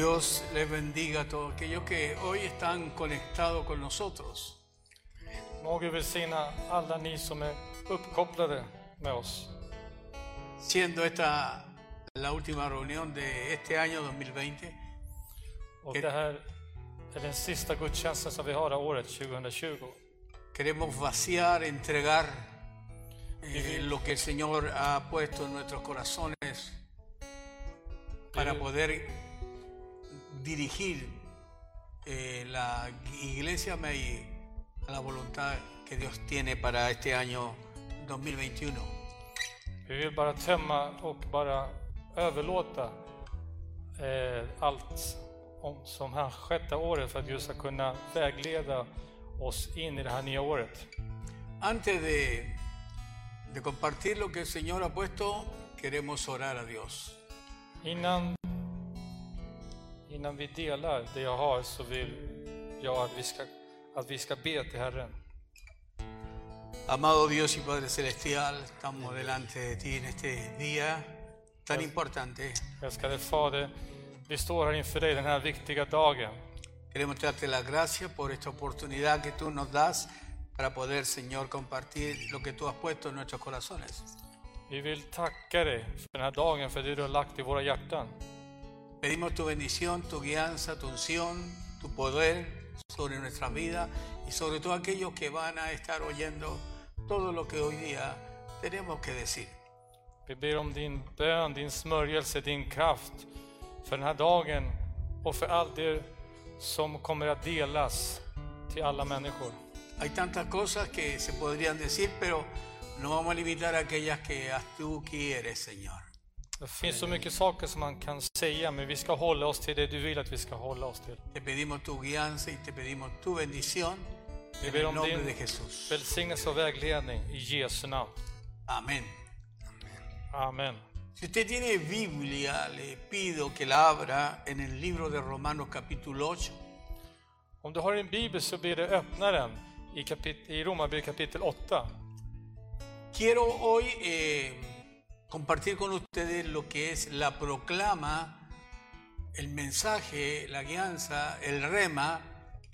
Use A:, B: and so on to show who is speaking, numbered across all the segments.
A: Dios les bendiga a todos aquellos que hoy están conectados con nosotros.
B: Må Gud välsigna alla ni som är uppkopplade med oss.
A: Siendo esta la última reunión de este año 2020,
B: Och det här är den sista gudstjänsten som vi har det här året, 2020.
A: queremos vaciar, entregar eh, lo que el Señor ha puesto en nuestros corazones para poder dirigir eh, la iglesia May a la voluntad que Dios tiene para este año 2021.
B: Vi vill bara tömma och bara överlåta eh, allt om, som har skett det här året för att Gud ska kunna vägleda oss in i det här nya året.
A: Antes de, de compartir lo que el Señor ha puesto, queremos orar a Dios.
B: Innan, innan vi delar det jag har så vill jag att vi ska, att vi ska be till Herren.
A: Amado Dios y Padre Celestial, estamos delante de ti en este día tan importante.
B: Älskade Fader, vi står här inför dig den här viktiga dagen.
A: Queremos darte las gracias por esta oportunidad que tú nos das para poder, Señor, compartir lo que tú has puesto en nuestros corazones.
B: Vi vill tacka dig för den här dagen, för det du har lagt i våra hjärtan.
A: Pedimos tu bendición, tu guianza, tu unción, tu poder sobre nuestra vida y sobre todo aquellos que van a estar oyendo todo lo que hoy día tenemos que decir.
B: Vi ber om din bön, din smörjelse, din kraft för den här dagen och för allt det som kommer att delas till alla människor.
A: Hay tantas cosas que se podrían decir, pero no vamos a limitar a aquellas que haz tú quieres, Señor.
B: Det finns så mycket saker som man kan säga, men vi ska hålla oss till det du vill att vi ska hålla oss till.
A: Te pedimos tu guianza y te pedimos tu bendición
B: Vi
A: en
B: ber
A: el
B: om
A: nombre
B: din
A: de Jesús.
B: välsignelse och vägledning i Jesu namn.
A: Amén.
B: Amen.
A: Si usted tiene Biblia, le pido que la abra en el libro de Romanos capítulo 8.
B: Om du har en bibel så ber du öppna den i, kapit- i Romarbrevet kapitel 8.
A: Quiero hoy eh, compartir con ustedes lo que es la proclama, el mensaje, la guianza, el rema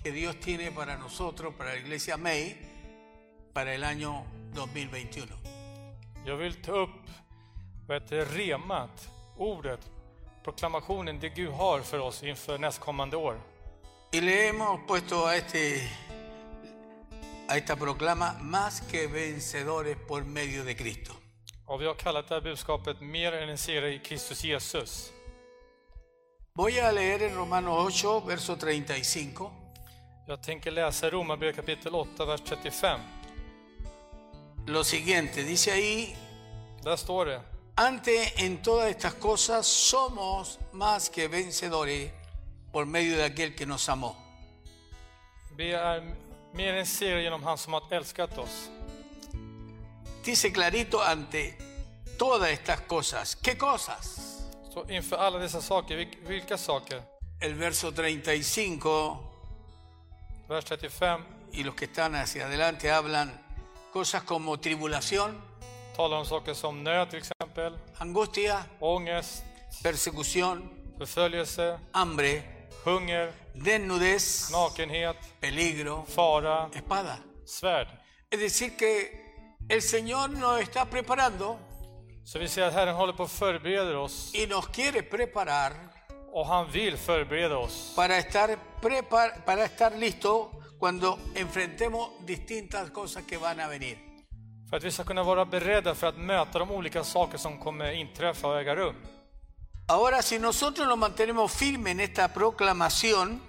A: que Dios tiene para nosotros, para la iglesia May, para el año 2021.
B: Jag vill ta upp vad heter, det, remat, ordet, proklamationen, det Gud har för oss inför nästkommande år.
A: Y le hemos puesto a, este, a esta proclama más que vencedores por medio de Cristo.
B: Och vi har kallat det här budskapet Mer än en serie i Kristus Jesus.
A: Voy a leer en Romanos 8, verso 35.
B: Jag tänker läsa Romarbrevet kapitel 8, vers 35.
A: Lo siguiente, dice ahí,
B: Där står det.
A: Ante en todas estas cosas somos más que vencedores por medio de aquel que nos amó.
B: Vi är mer än serie genom han som har älskat oss.
A: Dice clarito ante todas estas cosas. ¿Qué cosas?
B: Så inför alla dessa saker, vil- vilka saker?
A: El verso 35
B: Vers 35
A: y los que están hacia adelante hablan cosas como tribulación,
B: talar om saker som nöd till exempel,
A: angustia,
B: ångest,
A: persecución,
B: förföljelse,
A: hambre,
B: hunger,
A: desnudez,
B: nakenhet,
A: peligro,
B: fara,
A: espada.
B: svärd.
A: Es decir que el Señor nos está preparando
B: Så vi ser att Herren håller på och förbereder oss
A: y nos quiere preparar
B: och han vill förbereda oss
A: para estar prepar- para estar listo cuando enfrentemos distintas cosas que van a venir.
B: för att vi ska kunna vara beredda för att möta de olika saker som kommer inträffa och äga rum.
A: Ahora, si nosotros nos mantenemos firmes en esta proclamación,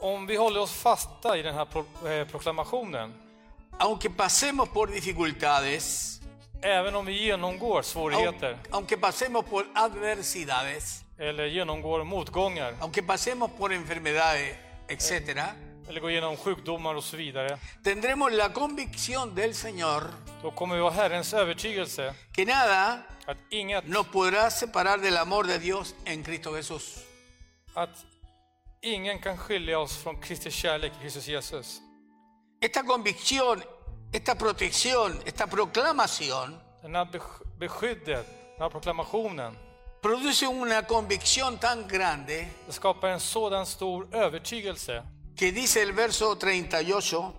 B: Om vi håller oss fasta i den här pro- eh, proklamationen,
A: aunque pasemos por dificultades,
B: även om vi genomgår
A: au-
B: svårigheter
A: aunque pasemos por adversidades,
B: eller genomgår motgångar
A: aunque pasemos por enfermedades, etcétera,
B: eller går igenom sjukdomar och så vidare,
A: tendremos la convicción del Señor
B: då kommer vi ha Herrens övertygelse
A: que nada
B: att inget,
A: nos podrá separar del amor de Dios en Cristo Jesús.
B: att ingen kan skilja oss från Kristi kärlek i Kristus Jesus.
A: Esta convicción, esta protección, esta proclamación
B: Den här besk- beskyddet, den här proklamationen
A: produce una convicción tan grande
B: Det skapar en sådan stor övertygelse.
A: que dice el verso 38,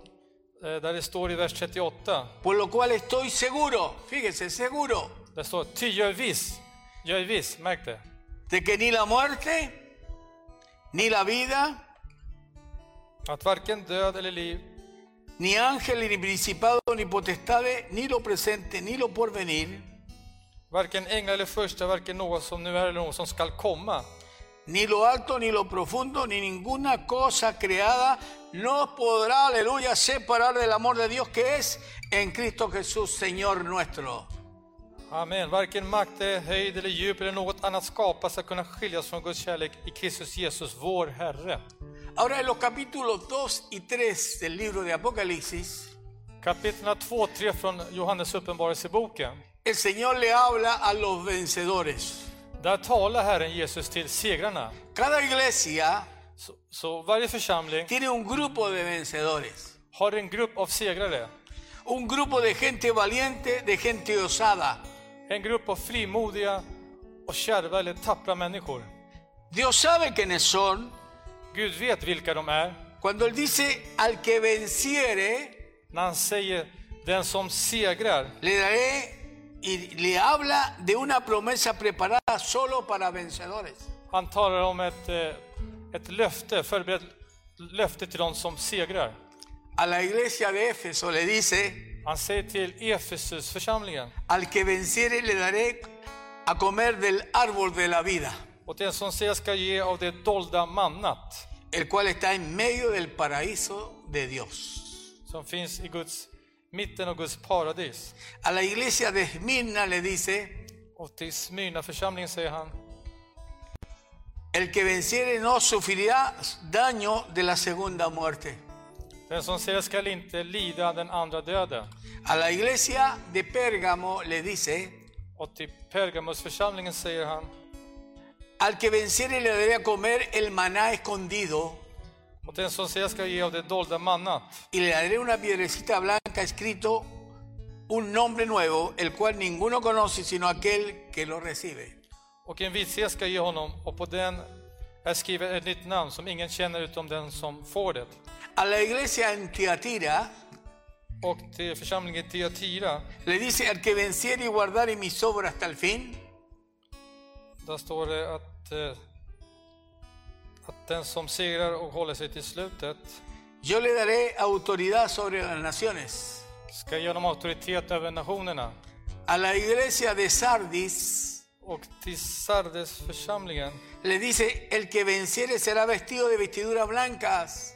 B: eh, Där det står i vers 38.
A: por lo cual estoy seguro, fíjese, seguro,
B: Det står ty jag är viss. Jag är viss, märk det.
A: de que ni la muerte, ni la vida,
B: Att varken död eller liv,
A: ni ángel, ni principado, ni potestades, ni lo presente, ni lo porvenir,
B: varken änglar eller första, varken något som nu är eller något som skall komma.
A: ni lo alto, ni lo profundo, ni ninguna cosa creada nos podrá, aleluya, separar del amor de Dios que es en Cristo Jesús, Señor nuestro.
B: Amen. Varken makt, höjd eller djup eller något annat skapat ska kunna skiljas från Guds kärlek i Kristus Jesus, vår Herre.
A: Ahora en los capítulos 2 y 3 del libro de Apocalipsis,
B: Kapitlerna 2 och 3 från Johannes uppenbarelseboken.
A: el Señor le habla a los vencedores.
B: Där talar Herren Jesus till segrarna.
A: Cada iglesia
B: Så, så varje församling
A: tiene un grupo de vencedores,
B: har en grupp av segrare.
A: un grupo de gente valiente, de gente osada.
B: En grupp av frimodiga och kärva eller tappra människor.
A: Dios sabe quiénes son.
B: Gud vet vilka de är.
A: Cuando Él dice al que venciere,
B: När han säger den som segrar
A: le daré y le habla de una promesa preparada solo para vencedores.
B: Han talar om ett, eh, ett löfte, förberett löfte till de som segrar.
A: A la iglesia de Éfeso le dice,
B: Han säger till Efesusförsamlingen
A: al que venciere le daré a comer del árbol de la vida,
B: och den som segrar ska ge av det dolda mannat
A: el cual está en medio del paraíso de Dios.
B: som finns i Guds mitten och Guds paradis.
A: A la iglesia de Esmirna le dice,
B: Och till Smyrnaförsamlingen säger han,
A: el que venciere no sufrirá daño de la segunda muerte.
B: den som segrar ska inte lida den andra döden.
A: A la iglesia de Pérgamo le dice,
B: Och till Pergamusförsamlingen säger han,
A: al que venciere le daré a comer el maná escondido
B: och den som segrar ska ge av det dolda mannat
A: y le daré una piedrecita blanca escrito un nombre nuevo, el cual ninguno conoce sino aquel que lo recibe.
B: och en vit segrar ska ge honom och på den är skrivet ett nytt namn som ingen känner utom den som får det.
A: A la iglesia en Tiatira
B: och till församlingen Tiatira.
A: le dice al que venciere y guardare mis obras hasta el fin,
B: Där står det att, eh, att den som segrar och håller sig till slutet
A: yo le daré autoridad sobre las naciones.
B: ska genom auktoritet över nationerna.
A: A la iglesia de Sardis
B: Och till Sardesförsamlingen,
A: le dice, el que venciere será vestido de vestiduras blancas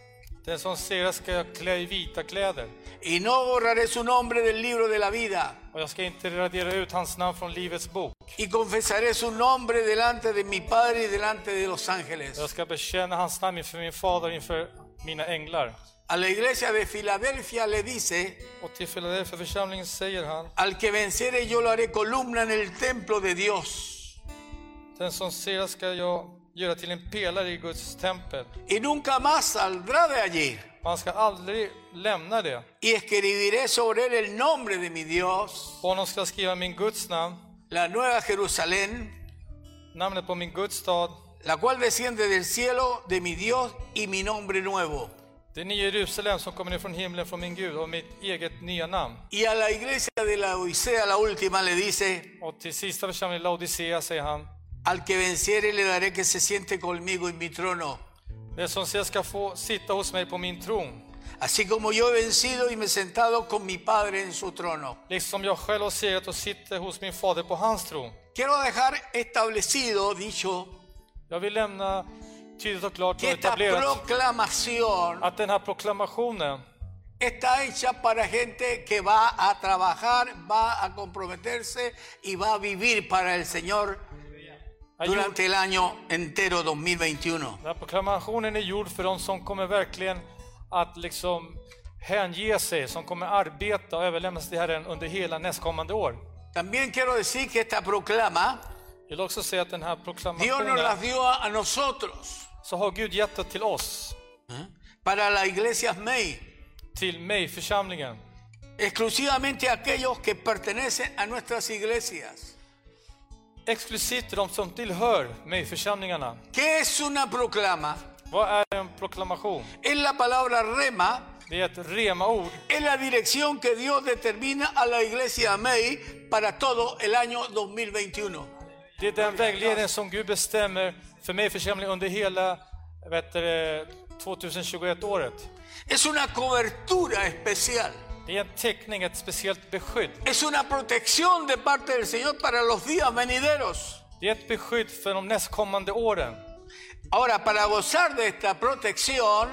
B: den som segrar ska jag klä i vita kläder
A: y no borraré su nombre del libro de la vida
B: och jag ska inte radera ut hans namn från Livets bok.
A: y confesaré su nombre delante de mi Padre y delante de los ángeles.
B: Jag ska bekänna hans namn inför min fader och inför mina änglar.
A: A la iglesia de Filadelfia le dice,
B: Och till Filadelfia församlingen säger han,
A: al que venciere yo lo haré columna en el templo de Dios.
B: den som segrar ska jag göra till en pelare i Guds tempel.
A: y nunca más saldrá de allí.
B: Man ska aldrig lämna det.
A: Y escribiré sobre él el nombre de mi Dios,
B: På honom ska jag skriva min Guds namn,
A: la nueva Jerusalén,
B: namnet på min Guds stad,
A: la cual desciende del cielo de mi Dios y mi nombre nuevo.
B: det nya Jerusalem som kommer ner från himlen från min Gud och mitt eget nya namn.
A: Y a la iglesia de la Odisea, la última, le dice,
B: Och till sista församlingen, Laodicea, säger han,
A: al que venciere le daré que se siente conmigo en mi trono,
B: det som ser ska få sitta hos mig på min tron,
A: así como yo he vencido y me he sentado con mi Padre en su trono.
B: liksom jag själv har segrat och sitter hos min fader på hans tron.
A: Quiero dejar establecido, dicho,
B: Jag vill lämna tydligt och klart och
A: que esta
B: etablerat
A: proclamación
B: att den här proklamationen,
A: Está hecha para gente que va a trabajar, va a comprometerse y va a vivir para el Señor
B: är gjord,
A: durante el año entero 2021.
B: den här proklamationen är gjord för de som kommer verkligen att liksom hänge sig, som kommer arbeta och överlämna sig till Herren under hela nästkommande år.
A: También quiero decir que esta proclama
B: Jag vill också säga att den här
A: Dios nos la
B: proklamationen
A: dio a a nosotros
B: så har Gud gett det till oss,
A: ¿eh? para la iglesia May,
B: till mig, församlingen.
A: exclusivamente a aquellos que pertenecen a nuestras iglesias.
B: exklusivt till de som tillhör mig, församlingarna.
A: ¿Qué es una proclama?
B: Vad är en proklamation?
A: Es la palabra rema,
B: Det är ett rema-ord.
A: es la dirección que Dios determina a la iglesia Amei para todo el año 2021.
B: Det är den vägledning som Gud bestämmer för mig, församling, under hela 2021-året.
A: Es una cobertura especial,
B: Det är en teckning, ett speciellt beskydd.
A: es una protección de parte del Señor para los días venideros.
B: Det är ett beskydd för de nästkommande åren.
A: Ahora, para gozar de esta protección,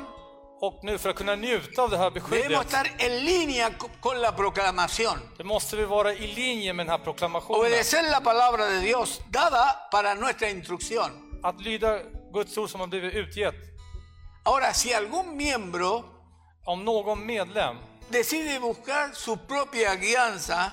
B: Och nu för att kunna njuta av det här
A: debemos
B: beskyddet,
A: estar en línea co- con la proclamación,
B: då måste vi vara i linje med den här proklamationen.
A: obedecer la palabra de Dios dada para nuestra instrucción.
B: Att lyda Guds ord som har blivit utgett.
A: Ahora, si algún miembro
B: Om någon medlem
A: decide buscar su propia guianza,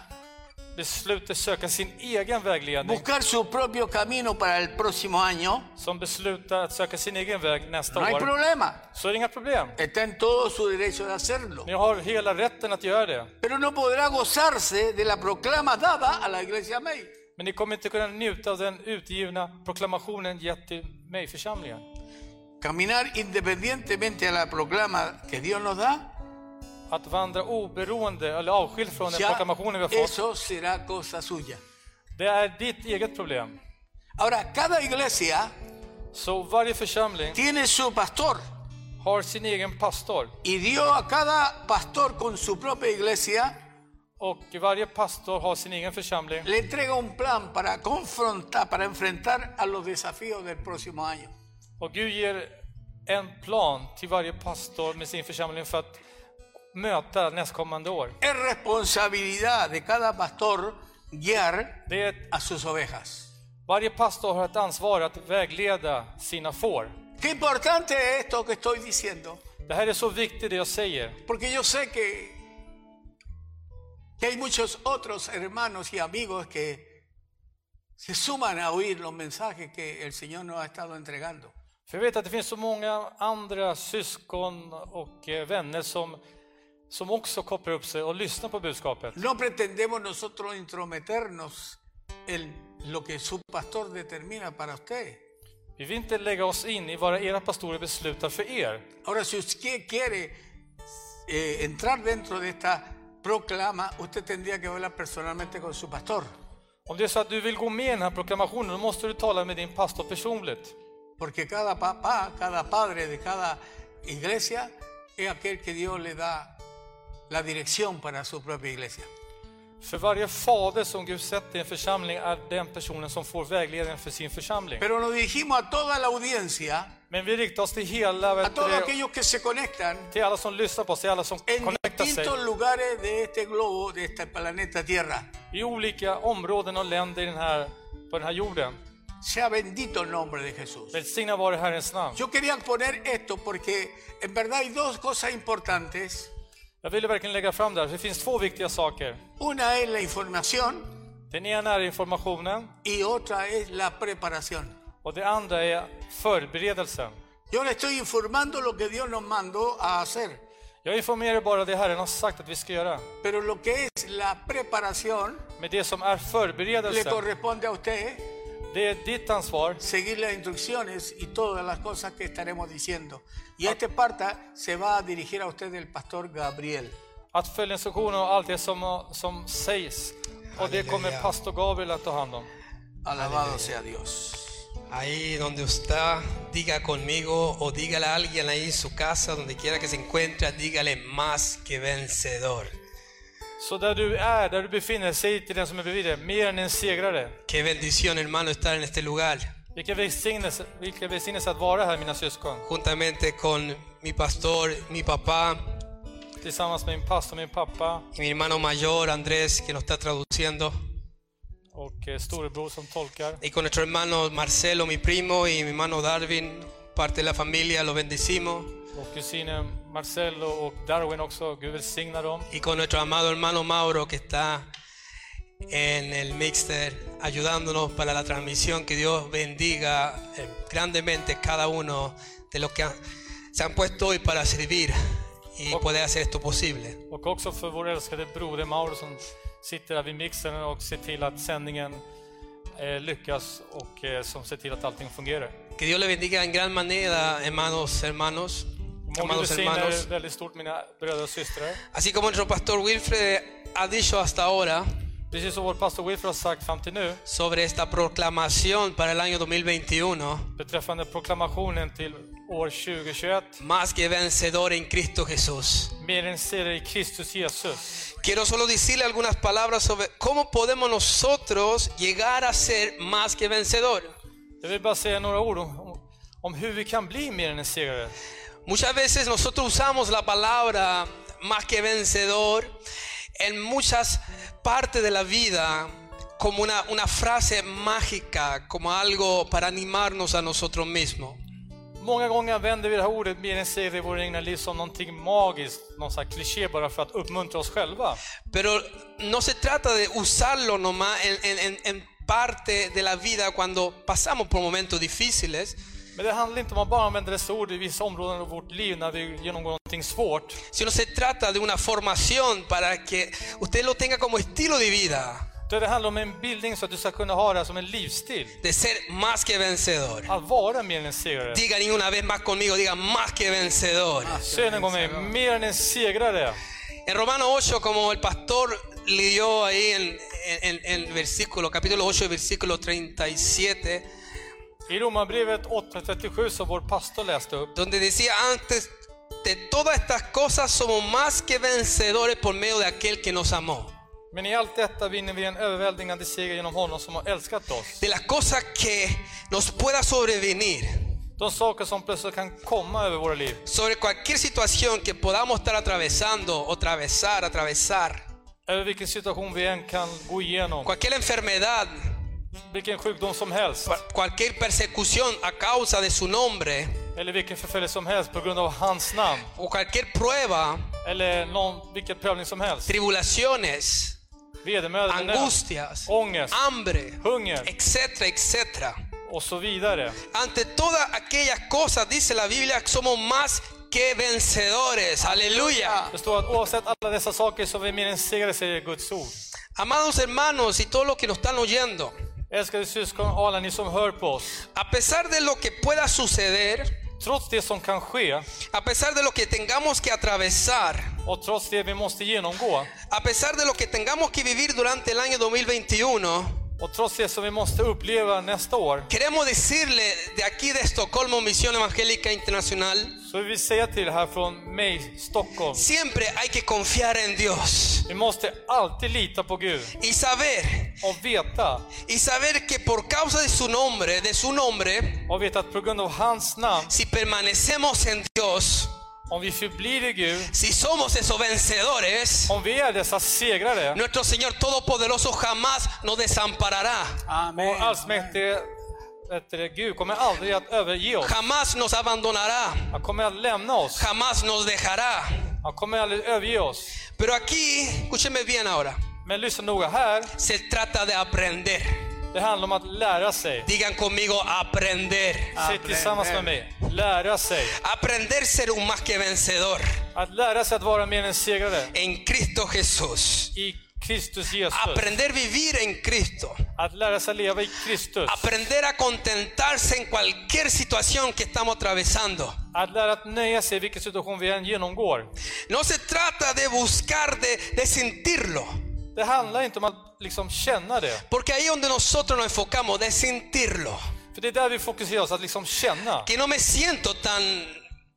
B: beslutar söka sin egen vägledning,
A: buscar su propio camino para el próximo año,
B: som beslutar att söka sin egen väg nästa
A: no hay
B: år,
A: problema.
B: så är det inga problem.
A: Está en todo su derecho de hacerlo.
B: Ni har hela rätten att göra det.
A: Pero no podrá gozarse de la proclama dada a la iglesia May.
B: Men ni kommer inte kunna njuta av den utgivna proklamationen gett till mig, församlingen.
A: Caminar independientemente a la proclama que Dios nos da,
B: Att vandra oberoende eller avskild från den
A: ya
B: proklamationen vi har fått,
A: eso será cosa suya.
B: det är ditt eget problem.
A: Ahora, cada iglesia
B: Så varje församling
A: tiene su pastor
B: har sin egen pastor
A: y dio a cada pastor con su propia iglesia,
B: och varje pastor har sin egen församling
A: le entrega un plan para confrontar, para enfrentar a los desafíos del próximo año.
B: och Gud ger en plan till varje pastor med sin församling för att möta nästkommande år.
A: Es responsabilidad de cada pastor guiar
B: Det är ett,
A: a sus ovejas.
B: varje pastor har ett ansvar att vägleda sina får.
A: Qué importante es esto que estoy diciendo.
B: Det här är så viktigt det jag säger.
A: Porque yo sé que, que hay muchos otros hermanos y amigos que se suman a oír los mensajes que el Señor nos ha estado entregando.
B: För jag vet att det finns så många andra syskon och eh, vänner som, som också kopplar upp sig och lyssnar på budskapet.
A: No pretendemos nosotros intrometernos en lo que su pastor determina para usted.
B: Vi vill inte lägga oss in i vad era pastorer beslutar för er.
A: Ahora, si usted quiere eh, entrar dentro de esta proclama, usted tendría que hablar personalmente con su pastor.
B: Om det är så att du vill gå med i den här proklamationen, då måste du tala med din pastor personligt.
A: Porque cada papá, cada padre de cada iglesia es aquel que Dios le da la dirección para su propia iglesia.
B: För varje fader som Gud sätter i en församling är den personen som får vägledning för sin församling.
A: Pero nos dirigimos a toda la audiencia,
B: Men vi riktar oss till hela,
A: a
B: vet
A: todos
B: du,
A: aquellos que se conectan
B: till alla som lyssnar på oss, till alla som
A: en
B: connectar sig.
A: distintos lugares de este globo, de este planeta Tierra.
B: I olika områden och länder i den här, på den här jorden.
A: Sea bendito el nombre de Jesús.
B: Välsignad vare Herrens namn.
A: Yo quería poner esto porque en verdad hay dos cosas importantes.
B: Jag ville verkligen lägga fram det här, för det finns två viktiga saker.
A: Una es la información
B: Den ena är informationen
A: y otra es la preparación.
B: och det andra är förberedelsen.
A: Yo le estoy informando lo que Dios nos mandó a hacer.
B: Jag informerar bara det Herren har sagt att vi ska göra.
A: Pero lo que es la preparación
B: Men det som är
A: le
B: förberedelsen,
A: corresponde a usted
B: det är ditt ansvar.
A: seguir las instrucciones y todas las cosas que estaremos diciendo. Y a este parta se va a dirigir a usted el pastor Gabriel.
B: Att följa instruktioner och allt det som, som sägs. Och det kommer
C: Halleluja.
B: pastor Gabriel att ta hand om.
A: Alabado sea Dios.
C: Ahí donde está, diga conmigo o dígale a alguien ahí en su casa, donde quiera que se encuentre, dígale más que vencedor.
B: Så där du är, där du befinner dig, säg till den som är bredvid dig, mer än en segrare.
C: Qué bendición, hermano, estar en este lugar.
B: Vilken välsignelse, vilken välsignelse att vara här mina syskon.
C: Juntamente con mi pastor, mi papá
B: Tillsammans med min pastor, min pappa
C: y mi hermano mayor, Andrés, que nos está traduciendo.
B: och eh, storebror som tolkar.
C: Y con nuestro hermano Marcelo, mi primo, y mi hermano Darwin, parte de la familia, los bendecimos.
B: Och kusinen Marcello och Darwin också. Gud välsigna dem.
C: Y con nuestro amado hermano Mauro, que está en el mixer ayudándonos para la transmisión. Que Dios bendiga eh, grandemente cada uno de los que han- se han puesto hoy para servir y poder hacer esto posible.
B: Och också för vår älskade broder Mauro som sitter här vid mixen och ser till att sändningen eh, lyckas och eh, som ser till att allting fungerar.
C: Que Dios le bendiga en gran manera, hermanos, hermanos,
B: Må Gud
C: amados
B: välsigna
C: hermanos.
B: er väldigt stort mina bröder och systrar.
C: Así como nuestro pastor Wilfred ha dicho hasta ahora
B: Precis som vår pastor Wilfred har sagt fram till nu
C: sobre esta proclamación para el año 2021,
B: beträffande proklamationen till år 2021.
C: más que vencedor en Cristo Jesús.
B: Mer än seger i Kristus Jesus.
C: Quiero solo decirle algunas palabras sobre cómo podemos nosotros llegar a ser más que vencedor.
B: Jag vill bara säga några ord om, om hur vi kan bli mer än en segrare.
C: Muchas veces nosotros usamos la palabra más que vencedor en muchas partes de la vida como una, una frase mágica, como algo para animarnos a nosotros mismos.
B: Många gånger använder vi det här ordet mer än segrare i våra egna liv som någonting magiskt, någon sån här kliché bara för att uppmuntra oss själva.
C: Pero no se trata de usarlo nomás en, en- en- en parte de la vida cuando pasamos por momentos difíciles,
B: Men det handlar inte om att bara använda dessa ord i vissa områden av vårt liv när vi genomgår någonting svårt.
C: sino se trata de una formación para que usted lo tenga como estilo de vida,
B: Utan Det handlar om en bildning så att du ska kunna ha det här som en livsstil.
C: de ser más que vencedor.
B: Att vara mer än en segrare.
C: Digan y una vez más conmigo, digan más que vencedor.
B: Säg en gång med mig, mer än en segrare.
C: En Romano 8, como el pastor leyó ahí en, en- en el versículo, capítulo 8, versículo 37,
B: I Romarbrevet 8.37 som vår pastor läste upp,
C: donde decía antes de todas estas cosas somos más que vencedores por medio de aquel que nos amó.
B: Men i allt detta vinner vi en överväldigande seger genom honom som har älskat oss.
C: De las cosas que nos pueda sobrevenir,
B: De saker som plötsligt kan komma över våra liv.
C: sobre cualquier situación que podamos estar atravesando, o atravesar, atravesar,
B: Över vilken situation vi än kan gå igenom.
C: cualquier enfermedad,
B: Vilken sjukdom som helst.
C: cua- cualquier persecución a causa de su nombre,
B: Eller vilken förföljelse som helst på grund av hans namn.
C: o cualquier prueba,
B: Eller någon, vilken prövning som helst.
C: tribulaciones,
B: Vedermödor, nöd,
C: angustias,
B: ångest,
C: hambre,
B: hunger
C: etcétera, etcétera.
B: och så vidare.
C: Ante todas aquellas cosas, dice la Biblia, somos más que vencedores. Aleluya.
B: Det står att oavsett alla dessa saker så är vi mer än segrare, säger Guds ord.
C: Amados hermanos y todos los que nos están oyendo,
B: Älskade syskon och alla ni som hör på oss.
C: a pesar de lo que pueda suceder,
B: Trots det som kan ske
C: a pesar de lo que tengamos que atravesar,
B: och trots det vi måste genomgå
C: a pesar de lo que tengamos que vivir durante el año 2021,
B: Och trots det som vi måste uppleva nästa år,
C: queremos decirle de aquí de Estocolmo, Misión Evangélica Internacional,
B: så vill vi säga till här från mig, Stockholm.
C: Siempre hay que confiar en Dios
B: Vi måste alltid lita på Gud
C: y saber,
B: och veta,
C: y saber que por causa de su nombre, de su nombre,
B: och veta att på grund av hans namn,
C: si permanecemos en Dios,
B: om vi förblir i Gud,
C: si somos esos vencedores,
B: om vi är dessa segrare,
C: nuestro Señor Todopoderoso jamás nos desamparará,
A: Amén.
B: och allsmäktige vet du det, Gud kommer aldrig att överge oss.
C: jamás nos abandonará,
B: Han kommer att lämna oss.
C: jamás nos dejará.
B: Han kommer aldrig överge oss.
C: Pero aquí, escúcheme bien ahora,
B: Men lyssna noga, här,
C: se trata de aprender.
B: det handlar om att lära sig.
C: Digan conmigo, aprender.
B: Säg tillsammans med mig, lära sig.
C: Aprender ser un más que vencedor
B: Att lära sig att vara mer än segrare
C: en Cristo Jesús.
B: i Kristus Jesus.
C: Aprender a vivir en Cristo.
B: Att lära sig leva i Kristus.
C: Aprender a contentarse en cualquier situación que estamos atravesando.
B: Att lära att nöja sig i vilken situation vi än genomgår.
C: No se trata de buscar, de, de sentirlo.
B: Det handlar inte om att liksom känna det.
C: Porque ahí es donde nosotros nos enfocamos, de sentirlo.
B: För det är där vi fokuserar oss, att liksom känna.
C: Que no me siento tan,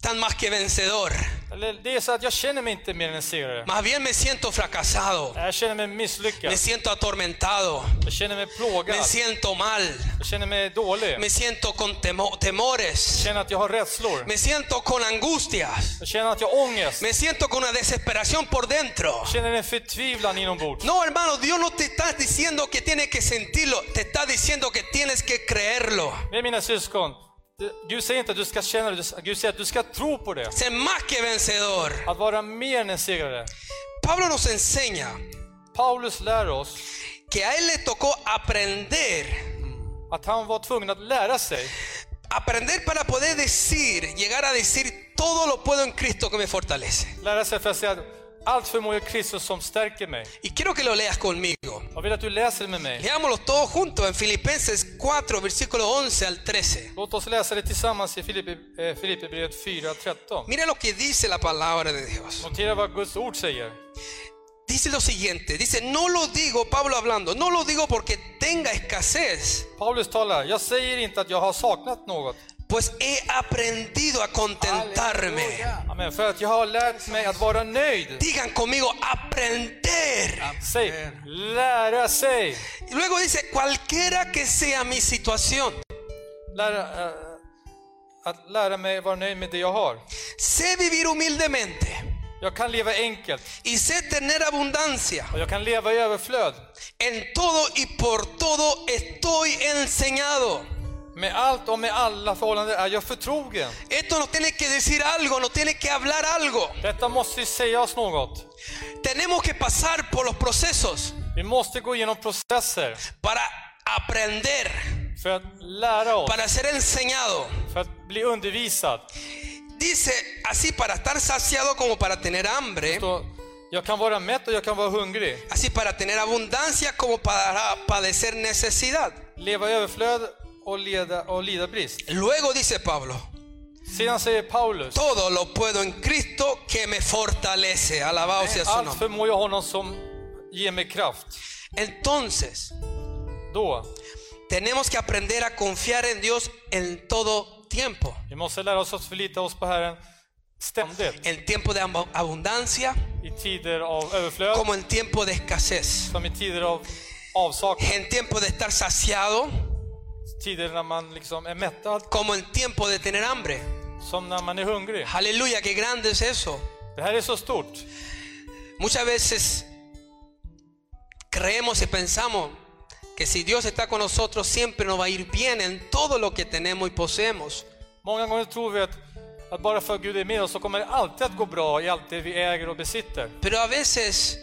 C: tan más que vencedor.
B: Eller det är så att jag känner mig inte mer än en segrare.
C: Más bien me siento fracasado.
B: Jag känner mig misslyckad.
C: Me siento atormentado.
B: Jag känner mig
C: Me
B: plågad.
C: siento mal.
B: Jag känner mig dålig.
C: Me siento con temo-
B: Jag
C: temores.
B: känner att jag har rädslor.
C: Me siento con angustias.
B: Jag känner att jag har ångest.
C: Me siento con una desesperación por dentro.
B: Jag känner en förtvivlan inombords.
C: No, hermano, Dios no te está diciendo que tienes que sentirlo, te está diciendo que tienes que creerlo.
B: Men mina syskon, det- Gud säger inte att du ska känna det. Du- Gud säger att du ska tro på det.
C: Ser más que vencedor.
B: Att vara mer än en segrare.
C: Pablo nos enseña
B: Paulus lär oss
C: que a él le tocó aprender,
B: att han var tvungen att lära sig
C: aprender para poder decir, llegar a decir, todo lo puedo en Cristo que me fortalece.
B: lära sig för att säga Allt förmår ju Kristus som stärker mig.
C: Y quiero que lo leas conmigo.
B: Jag vill att du läser med mig.
C: Leámoslos todos juntos en Filipenses 4, versículo 11 al 13.
B: Låt oss läsa det tillsammans i Filippi- eh, Filipperbrevet 4.13.
C: Mira lo que dice la palabra de Dios.
B: Notera vad Guds ord säger.
C: Dice lo siguiente, dice, no lo digo, Pablo hablando, no lo digo porque tenga escasez,
B: Paulus talar, jag säger inte att jag har saknat något,
C: pues he aprendido a contentarme.
A: Aleluya.
B: Amen. för att jag har lärt mig att vara nöjd.
C: Digan conmigo, aprender.
B: Säg, lära sig.
C: Y luego dice, cualquiera que sea mi situación,
B: Lära, eh, att lära mig vara nöjd med det jag har.
C: sé vivir humildemente
B: Jag kan leva enkelt
C: y sé tener abundancia.
B: och jag kan leva i överflöd.
C: En todo y por todo estoy enseñado.
B: Med allt och med alla förhållanden är jag förtrogen.
C: Esto nos tiene que decir algo, nos tiene que hablar algo.
B: Detta måste ju säga oss något.
C: Tenemos que pasar por los procesos
B: Vi måste gå igenom processer
C: para aprender,
B: för att lära oss,
C: para ser enseñado.
B: för att bli undervisad.
C: Dice así para estar saciado como para tener hambre,
B: Så jag kan vara mätt och jag kan vara hungrig.
C: así para tener abundancia como para padecer necesidad.
B: Leva i överflöd och, leda, och lida brist.
C: Luego dice Pablo,
B: Sedan säger Paulus,
C: Todo lo puedo en Cristo que me fortalece. Alabado sea su
B: allt
C: nombre.
B: förmår jag honom som ger mig kraft.
C: Entonces,
B: Då,
C: tenemos que aprender a confiar en Dios en todo tiempo.
B: vi måste lära oss att förlita oss på Herren ständigt.
C: En tiempo de ab- abundancia
B: I tider av överflöd,
C: como en tiempo de escasez.
B: som i tider av avsaknad.
C: En tiempo de estar saciado
B: Tider när man liksom är mättad,
C: como en tiempo de tener hambre.
B: som när man är hungrig.
C: Aleluya, qué grande es eso.
B: Det här är så stort.
C: Muchas veces creemos y pensamos que si Dios está con nosotros siempre nos va a ir bien en todo lo que tenemos y poseemos.
B: Många gånger tror vi att, att bara för att Gud är med oss så kommer det alltid att gå bra i allt det vi äger och besitter.
C: Pero a veces,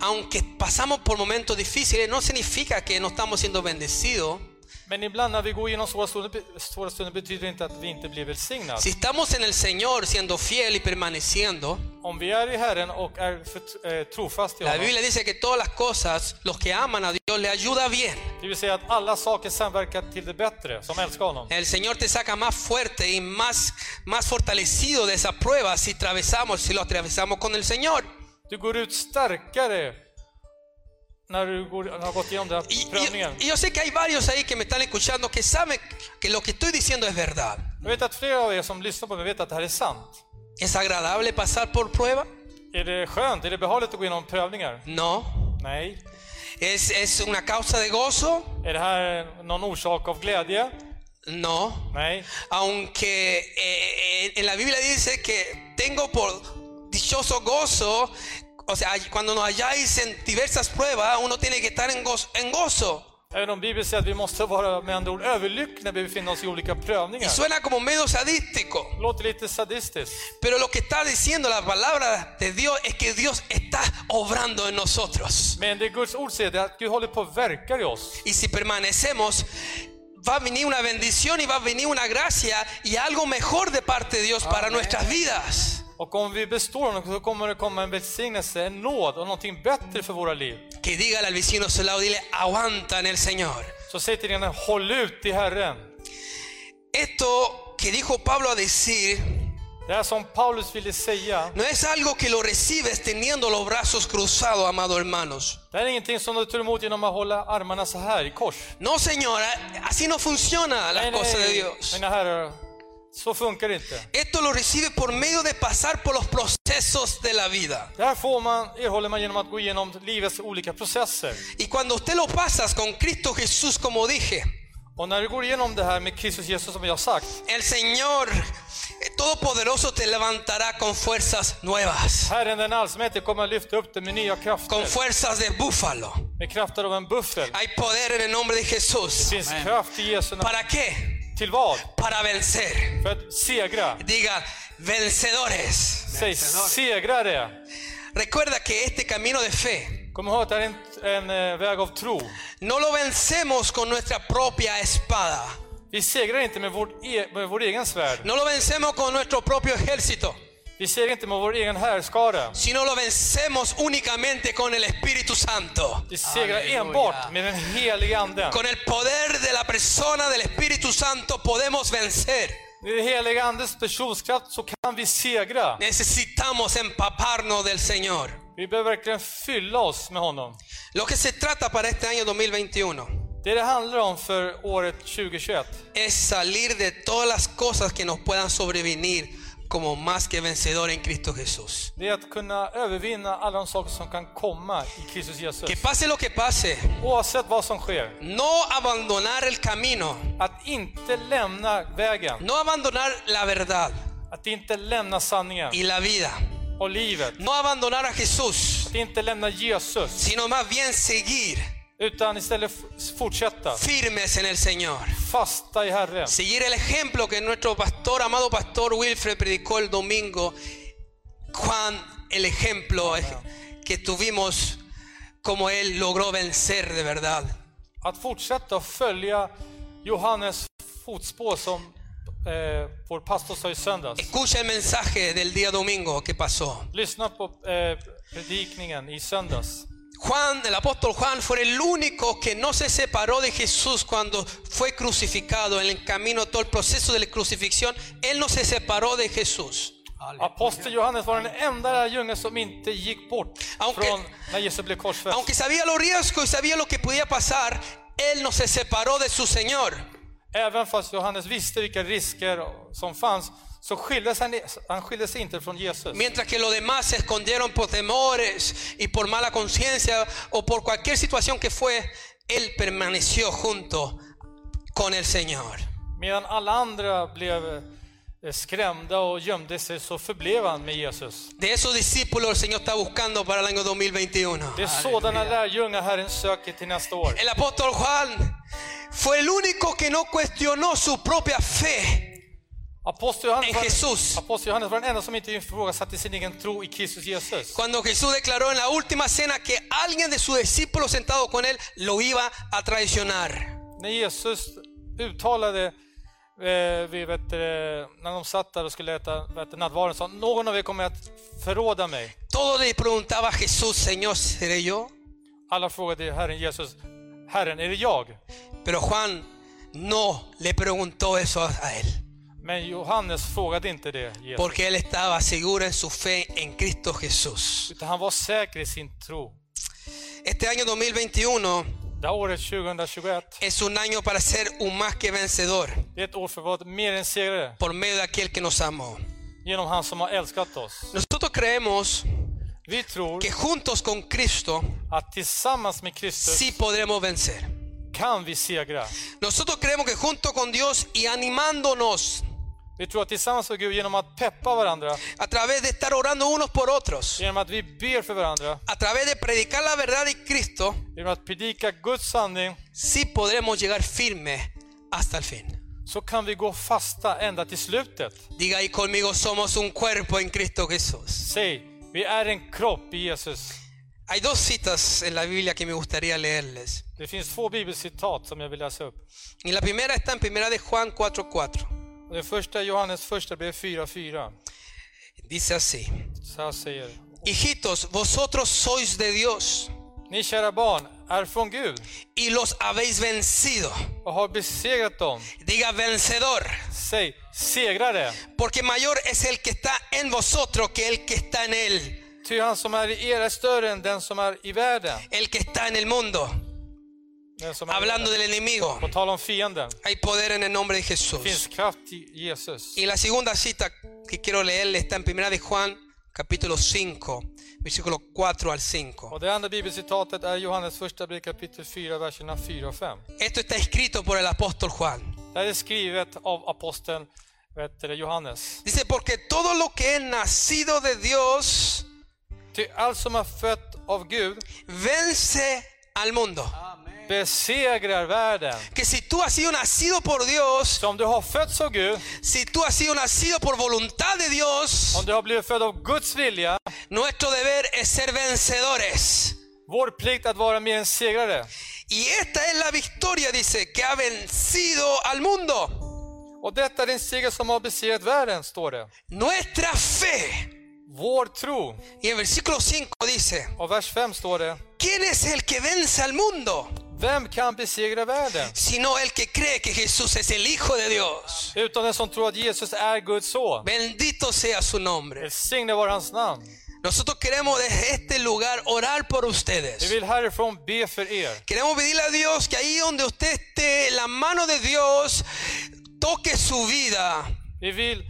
C: aunque pasamos por momentos difíciles, no significa que no estamos siendo bendecidos.
B: Men ibland när vi går igenom svåra stunder, svåra stunder betyder det inte att vi inte blir välsignade.
C: Si estamos en el Señor siendo fiel y permaneciendo,
B: Om vi är i Herren och är för, eh, trofast i
C: la
B: honom,
C: Biblia dice que todas las cosas, los que aman a Dios, le ayuda bien.
B: det vill säga att alla saker samverkar till det bättre, som älskar honom.
C: El Señor te saca más fuerte y más, más fortalecido de esa prueba si atravesamos, si lo atravesamos con el Señor.
B: Du går ut starkare när du går, har gått igenom den
C: Y,
B: här prövningen.
C: y- y yo sé que hay varios ahí que me están escuchando que saben que lo que estoy diciendo es verdad.
B: Jag vet att flera av er som lyssnar på mig vet att det här är sant.
C: ¿Es agradable pasar por prueba?
B: Är det skönt? Är det behagligt att gå igenom prövningar?
C: No.
B: Nej.
C: ¿Es, es una causa de gozo?
B: Är det här någon orsak av glädje?
C: No.
B: Nej.
C: Aunque eh, eh, en la Biblia dice que tengo por dichoso gozo, o sea, hay- cuando nos halláis en diversas pruebas, uno tiene que estar en gozo. En gozo.
B: Även om Bibeln säger att vi måste vara med andra ord överlyckliga när vi befinner oss i olika
C: Y
B: prövningar.
C: suena como medio sadístico.
B: Låter lite sadistiskt.
C: Pero lo que está diciendo la palabra de Dios es que Dios está obrando en nosotros.
B: Men det Guds ord säger det är att Gud håller på och verkar i oss.
C: Y si permanecemos, va a venir una bendición y va a venir una gracia y algo mejor de parte de Dios para nuestras vidas.
B: Och om vi består honom så kommer det komma en välsignelse, en nåd och någonting bättre för våra liv.
C: Que dígale al vecino a su lado, dile, aguanta en el Señor.
B: Så säg till din vän, håll ut i Herren.
C: Esto que dijo Pablo a decir
B: Det här som Paulus ville säga,
C: no es algo que lo recibes teniendo los brazos cruzados, amado hermanos.
B: det här är ingenting som du tar emot genom att hålla armarna så här i kors.
C: No, señora, así no funciona las cosas de Dios.
B: mina herrar, så funkar det inte.
C: Esto lo recibes por medio de pasar por los procesos de la vida.
B: Det här får man, erhåller man genom att gå igenom livets olika processer.
C: Y cuando usted lo pasas con Cristo Jesús, como dije,
B: Och när du går igenom det här med Kristus Jesus som jag har sagt,
C: el Señor eh, Todopoderoso te levantará con fuerzas nuevas,
B: Herren den allsmäktige kommer att lyfta upp dig med nya krafter.
C: con fuerzas de búfalo.
B: Med krafter av en buffel.
C: Hay poder en el nombre de Jesús.
B: Det finns
A: Amen.
B: kraft i Jesu namn.
C: ¿Para qué?
B: Till vad?
C: Para vencer.
B: För att segra.
C: Diga, vencedores.
B: Säg
A: Vencedor.
B: segrare.
C: Recuerda que este camino de fe
B: Kom ihåg att det här är en, en eh, väg av tro.
C: no lo vencemos con nuestra propia espada.
B: Vi segrar inte med vårt e, med vår egen svärd.
C: No lo vencemos con nuestro propio ejército.
B: Vi ser inte med vår egen härskara.
C: sino lo vencemos únicamente con el Espíritu Santo.
B: Vi segrar
A: Halleluja.
B: enbart med den helige anden.
C: Con el poder de la persona del Espíritu Santo podemos vencer.
B: Med den helige andes personskraft så kan vi segra.
C: Necesitamos empaparnos del Señor.
B: Vi behöver verkligen fylla oss med honom.
C: Lo que se trata para este año 2021
B: Det det handlar om för året 2021
C: es salir de todas las cosas que nos puedan sobrevenir como más que vencedor en Cristo Jesús.
B: det är att kunna övervinna alla de saker som kan komma i Kristus Jesus.
C: Que pase lo que pase,
B: Oavsett vad som sker.
C: no abandonar el camino,
B: Att inte lämna vägen.
C: no abandonar la verdad
B: Att inte lämna sanningen
C: y la vida,
B: och livet.
C: no abandonar a Jesús,
B: Att inte lämna Jesus.
C: sino más bien seguir
B: Utan istället f- fortsätta.
C: firmes en el Señor.
B: Fasta i Herren.
C: Seguir el ejemplo que nuestro pastor, amado pastor Wilfred, predicó el domingo. Juan, el ejemplo es- que tuvimos, como él logró vencer de verdad.
B: Att fortsätta följa Johannes fotspår som eh, vår pastor sa i söndags.
C: Escucha el mensaje del día domingo que pasó.
B: Lyssna på eh, predikningen i söndags.
C: Juan, el apóstol Juan, fue el único que no se separó de Jesús cuando fue crucificado en el camino, todo el proceso de la crucifixión. Él no se separó de Jesús.
B: Apostel Johannes var den enda lärjungen som inte gick bort
C: Ja, Ah, okej. Ah,
B: från när Jesus blev korsfäst.
C: Aunque sabía los riesgos y sabía lo que podía pasar, él no se separó de su Señor.
B: Även fast Johannes visste vilka risker som fanns så skildes han, han skilde sig inte från Jesus.
C: Mientras que los demás se escondieron por temores y por mala conciencia o por cualquier situación que fue, Él permaneció junto con el Señor.
B: Medan alla andra blev eh, skrämda och gömde sig så förblev han med Jesus.
C: De esos discípulos el Señor está buscando para el año 2021.
B: Det är sådana lärjungar Herren söker till nästa år.
C: El apóstol Juan fue el único que no cuestionó su propia fe.
B: Apostel Johannes,
C: En
B: var,
C: Jesus.
B: Apostel Johannes var den enda som inte ifrågasatte sin egen tro i Kristus Jesus.
C: Cuando Jesús declaró en la última cena que alguien de sus discípulos sentado con Él lo iba a traicionar.
B: När Jesus uttalade eh, vid, vet, du, när de satt där och skulle äta vet, du, nattvarden sa någon av er kommer att förråda mig.
C: Todos le preguntaba a Jesús, Señor, ¿seré yo?
B: Alla frågade Herren Jesus, Herren är det jag?
C: Pero Juan no le preguntó eso a él,
B: Men Johannes frågade inte det Jesus,
C: porque él estaba seguro en su fe en Cristo Jesús.
B: utan han var säker i sin tro.
C: Este año 2021
B: Det här året 2021,
C: es un año para ser un más que vencedor
B: det är ett år för vad mer än segrare
C: por medio de aquel que nos amó.
B: genom han som har älskat oss.
C: Nosotros creemos
B: Vi tror
C: que juntos con Cristo
B: att tillsammans med Kristus
C: sí podremos vencer.
B: kan vi segra.
C: Nosotros creemos que junto con Dios y animándonos
B: Vi tror att tillsammans med Gud genom att peppa varandra,
C: a través de estar orando unos por otros,
B: genom att vi ber för varandra,
C: a través de predicar la verdad y Cristo,
B: genom att predika Guds sanning,
C: sí podremos llegar firmes hasta el fin.
B: så kan vi gå fasta ända till slutet.
C: Diga ahí conmigo, somos un cuerpo en Cristo Jesús.
B: Säg, vi är en kropp i Jesus.
C: Hay dos citas en la Biblia que me gustaría leerles.
B: Det finns två bibelcitat som jag vill läsa upp.
C: Y la primera está en primera de Juan 4:4.
B: Och Det första är Johannes första brev 4.4.
C: Dice así:
B: Så här säger
C: Hijitos, vosotros sois de Dios
B: Ni kära barn är från Gud
C: y los habéis vencido.
B: och har besegrat dem.
C: Diga vencedor,
B: Säg segrare.
C: porque mayor es el que está en vosotros que el que está en él,
B: Ty han som är i er är större än den som är i världen.
C: el que está en el mundo.
B: Den som är i
C: Hablando
B: världen.
C: del enemigo,
B: På tal om fienden.
C: hay poder en el nombre de
B: Det finns
C: Jesús.
B: kraft i Jesus.
C: Y la segunda cita que quiero leerle está en primera de Juan, capítulo 5, versículo 4 al 5.
B: Och det andra bibelcitatet är Johannes första brev kapitel 4, verserna 4 och 5.
C: Esto está escrito por el apóstol Juan.
B: Det här är skrivet av aposteln vet du, Johannes.
C: Dice, porque todo lo que es nacido de Dios
B: Ty allt som är fött av Gud
C: vence al mundo.
B: besegrar världen.
C: Que si tú has sido nacido por Dios,
B: Så om du har fötts av Gud,
C: si tú has sido nacido por voluntad de Dios,
B: om du har blivit född av Guds vilja,
C: nuestro deber es ser vencedores.
B: vår plikt att vara mer än segrare.
C: Y esta es la victoria, dice, que ha vencido al mundo.
B: Och detta är den seger som har besegrat världen, står det.
C: Nuestra fe.
B: Vår tro.
C: Y el versículo 5 dice,
B: Och vers 5 står det.
C: ¿quién es el que vence al mundo?
B: Vem kan besegra världen?
C: Sino el que cree que Jesús es el Hijo de Dios.
B: Utan den som tror att Jesus är Guds son.
C: Bendito sea su nombre.
B: Välsigne vare hans namn.
C: Nosotros queremos desde este lugar orar por
B: Vi
C: ustedes.
B: vill härifrån be för er.
C: Queremos pedirle a Dios que ahí donde usted esté, la mano de Dios toque su vida
B: Vi vill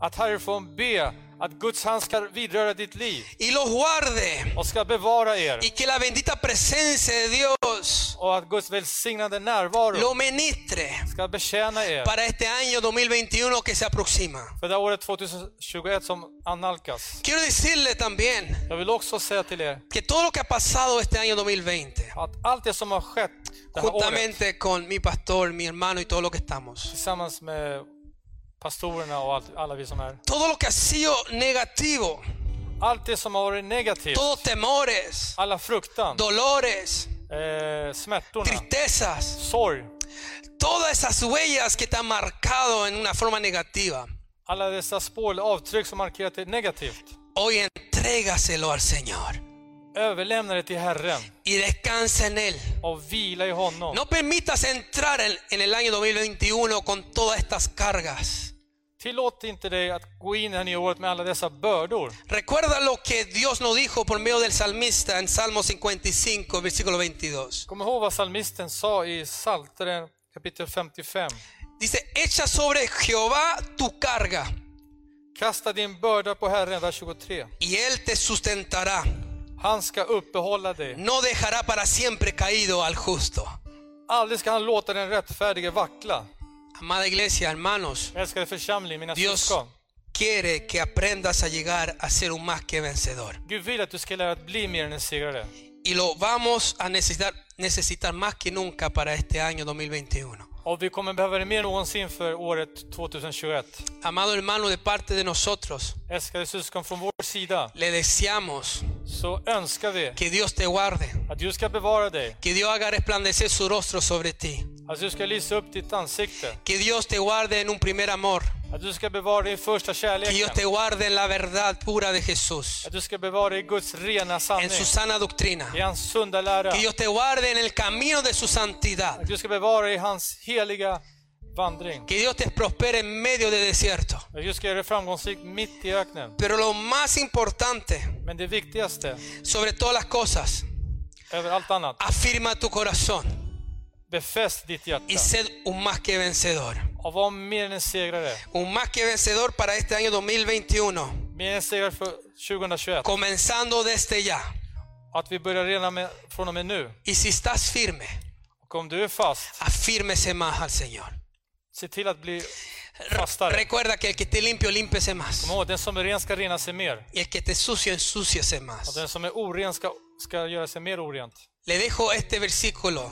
B: att härifrån be att Guds hand ska vidröra ditt liv
C: y los guarde.
B: och ska bevara er.
C: Y que la bendita presencia de Dios
B: Och att Guds välsignande närvaro
C: lo ministre
B: ska betjäna er.
C: para este año 2021 que se aproxima.
B: För det året 2021 som annalkas.
C: Quiero decirle también
B: Jag vill också säga till er
C: que todo lo que ha pasado este año 2020,
B: att allt det som har skett det här året
C: juntamente con mi pastor, mi hermano y todo lo que estamos,
B: tillsammans med pastorerna och allt, alla vi som är.
C: todo lo que ha sido negativo,
B: Allt det som har varit negativt,
C: todos temores,
B: alla fruktan,
C: dolores,
B: eh, smärtorna,
C: tristezas,
B: sorg,
C: todas esas huellas que te han marcado en una forma negativa,
B: alla dessa spår eller avtryck som markerat det negativt.
C: hoy entrégaselo al Señor
B: Överlämna det till Herren
C: y descansa en Él.
B: och vila i honom.
C: No permitas entrar en, en el año 2021 con todas estas cargas.
B: Tillåt inte dig att gå in här i året med alla dessa bördor.
C: Recuerda lo que Dios nos dijo por medio del salmista en Salmo 55, versículo 22.
B: Kom ihåg vad psalmisten sa i Psalteren kapitel 55.
C: Dice, echa sobre Jehová tu carga
B: Kasta din börda på Herren, vers 23.
C: y él te sustentará.
B: Han ska uppehålla dig.
C: No dejará para siempre caído al justo.
B: Aldrig ska han låta den rättfärdige vackla.
C: Amada iglesia, hermanos,
B: Älskade församling, mina
C: Dios
B: syskon.
C: quiere que aprendas a llegar a ser un más que vencedor.
B: Gud vill att du ska lära dig att bli mer än en segrare.
C: Y lo vamos a necesitar, necesitar más que nunca para este año 2021.
B: Och vi kommer behöva det mer än någonsin för året 2021.
C: Amado hermano, de parte de nosotros,
B: Älskade syskon, från vår sida
C: le deseamos
B: så önskar vi
C: que Dios te guarde,
B: att Gud ska bevara dig.
C: que Dios haga resplandecer su rostro sobre ti,
B: Att du ska lysa upp ditt ansikte.
C: que Dios te guarde en un primer amor,
B: Att du ska bevara dig i första
C: que Dios
B: kärleken.
C: te guarde en la verdad pura de Jesús,
B: Att du ska bevara dig i Guds rena sanning.
C: en su sana doctrina,
B: I hans sunda lära.
C: que Dios te guarde en el camino de su santidad,
B: Att du ska bevara dig i hans heliga vandring.
C: que Dios te prospere en medio de desierto.
B: Att du ska göra dig framgångsrik mitt i öknen.
C: Pero lo más importante,
B: Men det viktigaste,
C: sobre todas las cosas,
B: över allt annat,
C: afirma tu corazón
B: befäst ditt hjärta.
C: y sed un más que vencedor.
B: Och var mer än en segrare.
C: Un más que vencedor para este año 2021.
B: Mer än en segrare för 2021.
C: comenzando desde ya.
B: Att vi börjar redan med, från och med nu.
C: Y si estás firme,
B: Och om du är fast,
C: afírmese más al Señor.
B: se till att bli
C: Re-
B: fastare.
C: Recuerda que el que esté limpio, límpese más.
B: Kom ihåg, den som är ren ska rena sig mer.
C: Y el que esté sucio, ensúciese
B: Och
C: más.
B: den som är oren ska, ska göra sig mer orent.
C: Le dejo este versículo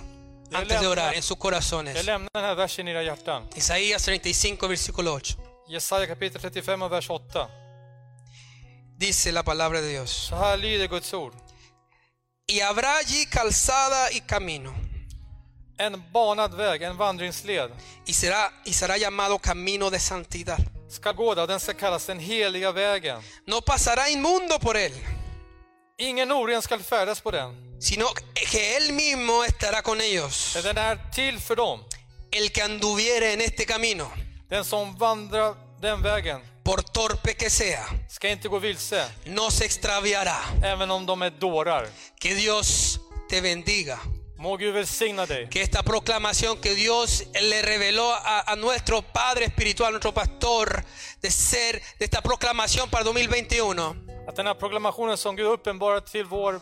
B: Yo
C: antes de
B: le-
C: orar en sus
B: Jag
C: corazones.
B: lämnar den här versen i era hjärtan.
C: Isaías 35, versículo 8.
B: Jesaja kapitel 35 och vers 8.
C: Dice la palabra de Dios.
B: Så här lyder Guds ord.
C: Y habrá allí calzada y camino.
B: En banad väg, en vandringsled,
C: Y será, y será llamado camino de santidad.
B: ska gå där. Den ska kallas den heliga vägen.
C: No pasará inmundo por él,
B: Ingen oren skall färdas på den.
C: sino que él mismo estará con ellos.
B: Men Den är till för dem.
C: El que anduviere en este camino,
B: Den som vandrar den vägen
C: por torpe que sea,
B: ska inte gå vilse,
C: no se extraviará.
B: även om de är dårar.
C: Que Dios te bendiga.
B: Må Gud välsigna dig.
C: Que esta proclamación que Dios le reveló a, a nuestro Padre Espiritual, nuestro pastor, de ser, de esta proclamación para 2021,
B: Att den här proklamationen som Gud uppenbarar till vår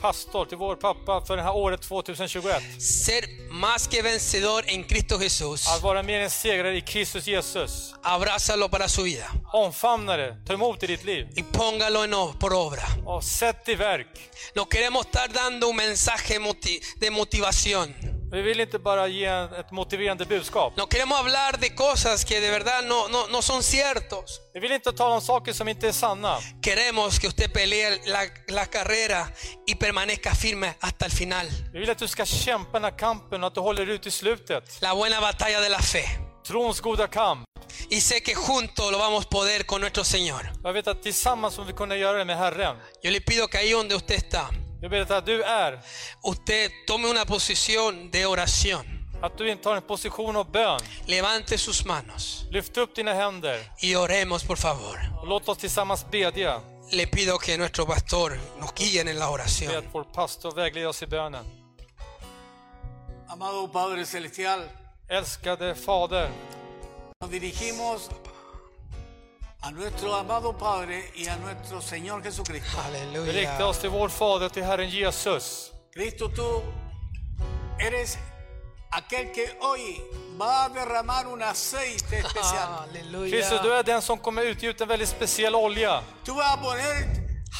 B: pastor, till vår pappa för det här året 2021.
C: ser más que vencedor en Cristo Jesús,
B: Att vara mer än segrare i Kristus Jesus.
C: abrázalo para su vida
B: Omfamna det, ta emot det i ditt liv
C: y póngalo en, o- por obra.
B: och sätt i verk.
C: No queremos estar dando un mensaje moti- de motivación.
B: Vi vill inte bara ge ett motiverande budskap.
C: No queremos hablar de cosas que de verdad no, no, no son ciertos.
B: Vi vill inte tala om saker som inte är sanna.
C: Queremos que usted pelee la, la carrera y permanezca firme hasta el final.
B: Vi vill att du ska kämpa den här kampen och att du håller ut i slutet.
C: La buena batalla de la fe.
B: trons goda kamp.
C: Y sé que juntos lo vamos a poder con nuestro Señor.
B: Jag vet att tillsammans kommer vi kunna göra det med Herren.
C: Yo le pido que ahí donde usted está,
B: Jag ber att där du är,
C: usted tome una posición de oración.
B: att du intar en position av bön.
C: Levante sus manos
B: Lyft upp dina händer
C: y oremos, por favor.
B: och låt oss tillsammans bedja.
C: Le pido que nuestro pastor nos guíe en la
B: Be att
C: oración.
B: vår pastor vägleder oss i bönen.
A: Amado Padre Celestial,
B: Älskade Fader,
A: nos dirigimos a nuestro amado Padre y a nuestro Señor Jesucristo.
B: vi riktar
C: Aleluya.
B: oss till vår Fader, till Herren Jesus.
A: Cristo, tú eres aquel que hoy va a derramar un aceite especial.
C: Aleluya.
B: Kristus, du är den som kommer utgjuta en väldigt speciell olja.
A: Tú vas a poner,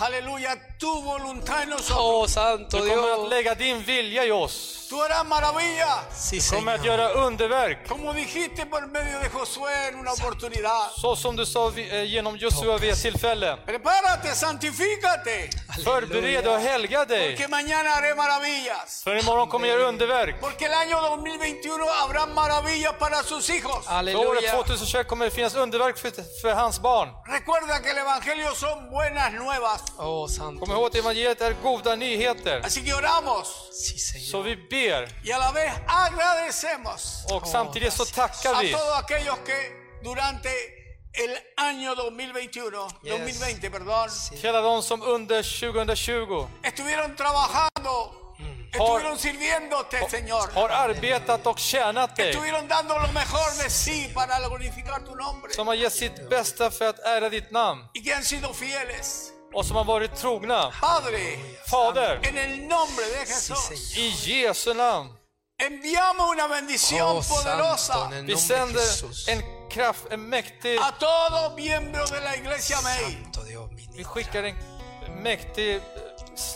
A: aleluya, tu voluntad en nosotros.
C: Oh, santo
B: Du kommer att
C: Dios.
B: lägga din vilja i oss.
A: Tú harás maravilla,
C: Sí,
B: Du kommer att
C: Señor.
B: göra underverk.
A: como dijiste por medio de Josué en una oportunidad.
B: Så som du sa vi- eh, genom Josua vid ett tillfälle.
A: Prepárate, santifícate,
B: Förbered dig och helga dig.
A: que mañana haré maravillas.
B: För imorgon kommer jag göra underverk.
A: Porque el año 2021 habrá maravillas para sus hijos.
B: För året
C: Aleluya.
B: 2021 kommer det finnas underverk för, för hans barn.
A: Recuerda que el Evangelio son buenas nuevas.
C: Oh, santo.
B: Kom ihåg att evangeliet är goda nyheter.
A: Así que oramos
C: Sí,
B: Så
C: Señor.
B: vi ber
A: y a la vez agradecemos
B: och samtidigt så tackar
A: a
B: vi
A: todos aquellos que durante el año 2021,
C: Yes.
A: 2020, perdón,
B: till alla de som under 2020
A: estuvieron trabajando,
C: Mm.
A: estuvieron sirviéndote, Señor.
B: har arbetat och tjänat dig.
A: Estuvieron dando lo mejor de sí para glorificar tu nombre
B: Som har gett sitt bästa för att ära ditt namn.
A: y que han sido fieles.
B: Och som har varit trogna.
A: Padre,
B: Fader,
A: en el nombre de Jesús.
C: Señor.
B: i Jesu namn.
A: Enviamos una bendición
C: Oh, santo,
A: poderosa
C: en el
B: Vi
C: nombre de
B: sänder
C: Jesús.
B: en kraft, en mäktig...
A: a todos miembros de la iglesia May.
C: Santo Dios,
B: Vi
C: ministra.
B: skickar en mäktig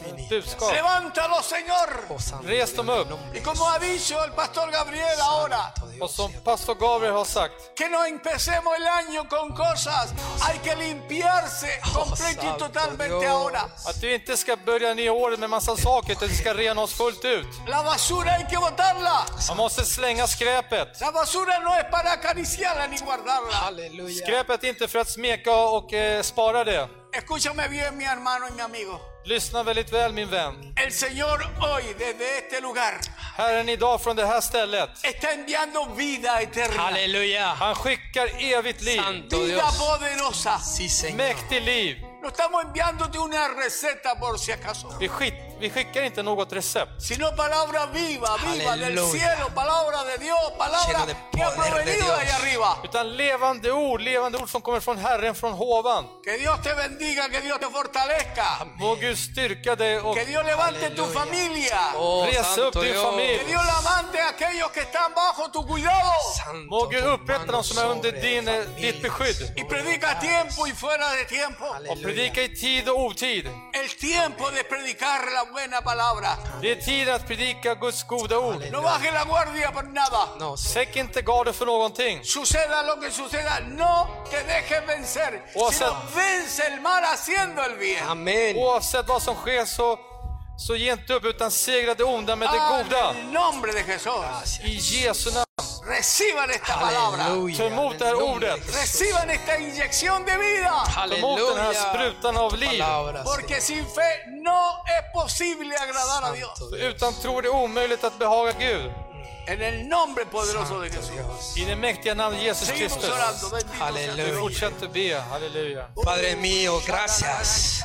B: eh, budskap.
A: Levántalo, Señor.
C: Oh, santo
B: Res
C: Dios,
B: dem upp.
C: en el nombre
A: Y
C: de
A: como ha dicho el pastor Gabriel ahora,
C: Santo Dios,
B: Och som
C: Señor.
B: pastor Gabriel har sagt,
A: que no empecemos el año con cosas, hay que limpiarse
C: Oh,
A: completo y
C: santo
A: totalmente
C: Dios.
A: ahora.
B: att vi inte ska börja nya året med massa saker, utan vi ska rena oss fullt ut.
A: La basura hay que botarla.
B: Man måste slänga skräpet.
A: La basura no es para acariciarla ni guardarla.
C: Aleluya.
B: Skräpet är inte för att smeka och eh, spara det.
A: Escúchame bien, mi hermano y mi amigo.
B: Lyssna väldigt väl min vän.
A: El Señor hoy, desde este lugar,
B: Herren idag från det här stället,
A: está enviando vida eterna,
C: Aleluya.
B: han skickar evigt liv.
C: Santo
A: vida
C: Dios.
A: poderosa.
C: Sí, Señor.
B: Mäktig liv.
A: No estamos enviándote una receta por si acaso,
B: Vi, skick- vi skickar inte något recept.
A: sino palabra viva, viva del
C: Aleluya.
A: cielo, palabra de Dios, palabra
C: Lleno de
A: que ha
C: poder de
A: provenido
C: Dios.
A: de allá arriba.
B: Utan levande ord, levande ord som kommer från Herren, från hovan.
A: Que Dios te bendiga, que Dios te fortalezca,
B: Må Gud styrka dig och
A: que Dios levante tu
C: Aleluya.
A: familia,
C: Oh,
B: Res
C: santo
B: upp din
C: Dios.
A: que
B: familj.
A: Dios levante a aquellos que están bajo tu cuidado
C: Santo,
B: Må Gud
C: tu
B: upprätta
C: mano
B: de som är under
C: sobre
B: din, eh,
C: familien,
B: ditt beskydd.
A: y predica a tiempo y fuera de tiempo.
B: Och
C: Halleluja.
B: predika i tid och otid.
A: El tiempo de predicar la buena palabra.
B: Det är tiden att predika Guds goda ord.
A: No baje la guardia por nada.
C: No, sí.
B: Säck inte garden för någonting.
A: Suceda lo que suceda, no te dejes vencer, sino
B: O sea-
A: vence el mal haciendo el bien.
C: Amén.
B: Oavsett vad som sker så, så ge inte upp utan segra det onda med
A: Ah,
B: det goda.
A: En el nombre de Jesús,
B: I Jesu namn.
A: reciban esta palabra,
C: Aleluya.
B: Ta emot det här
C: Aleluya,
B: ordet.
C: Jesús.
A: reciban esta inyección de vida,
B: Ta emot den här
C: Aleluya.
B: sprutan av liv.
C: Palabra,
A: porque sin fe no es posible agradar a Dios.
C: Santo
B: För Utan tro är det omöjligt att behaga Gud.
A: En el nombre poderoso de
C: Santo
A: Jesús.
C: Dios.
B: I det mäktiga namnet Jesus
A: Seguimos
B: Kristus.
A: orando, bendito sea tu
C: Aleluya.
B: Vi
A: nombre.
B: fortsätter be, halleluja.
C: Padre mío, gracias.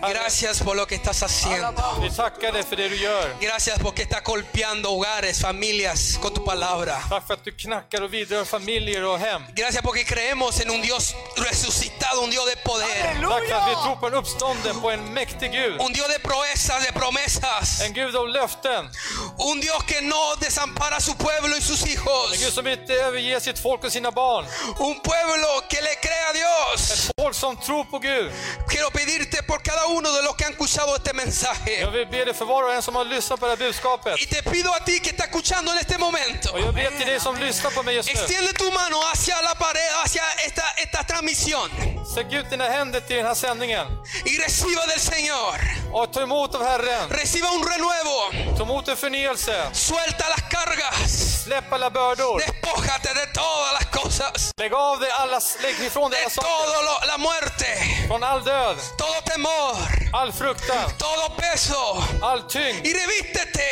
C: Gracias por lo que estás haciendo.
A: Alabado.
B: Vi tackar dig för det du gör.
C: Gracias porque estás golpeando hogares, familias con tu palabra.
B: Tack för att du knackar och vidrör familjer och hem.
C: Gracias porque creemos en un Dios resucitado, un Dios de poder,
B: Tack för att vi
A: Aleluya.
B: tror på en uppstånden, på en mäktig Gud.
C: un Dios de proezas, de promesas,
B: En Gud av löften.
C: un Dios que no desampara a su pueblo y sus
B: En Gud
C: hijos,
B: som inte överger sitt folk och sina barn.
C: un pueblo que le cree a Dios.
B: Folk som tror på Gud.
C: Quiero pedirte por cada uno de los que han escuchado este
B: Jag
C: mensaje
B: vill be dig för var och en som har lyssnat på det här budskapet.
C: y te pido a ti que está escuchando en este momento.
B: Och jag ber till dig som lyssnar på mig just nu.
C: Extiende tu mano hacia la pared, hacia esta, esta transmisión
B: Sträck ut dina händer till den här sändningen.
C: y reciba del Señor.
B: Och ta emot av Herren.
C: Reciba un renuevo.
B: Ta emot en förnyelse.
C: Suelta las cargas.
B: Släpp alla bördor.
C: Despójate de todas las cosas.
B: Lägg av dig alla, lägg ifrån dig alla
C: De
B: saker.
C: toda la muerte.
B: Från all död,
C: Todo temor.
B: all fruktan,
C: Todo peso.
B: all tyngd.
C: Y revístete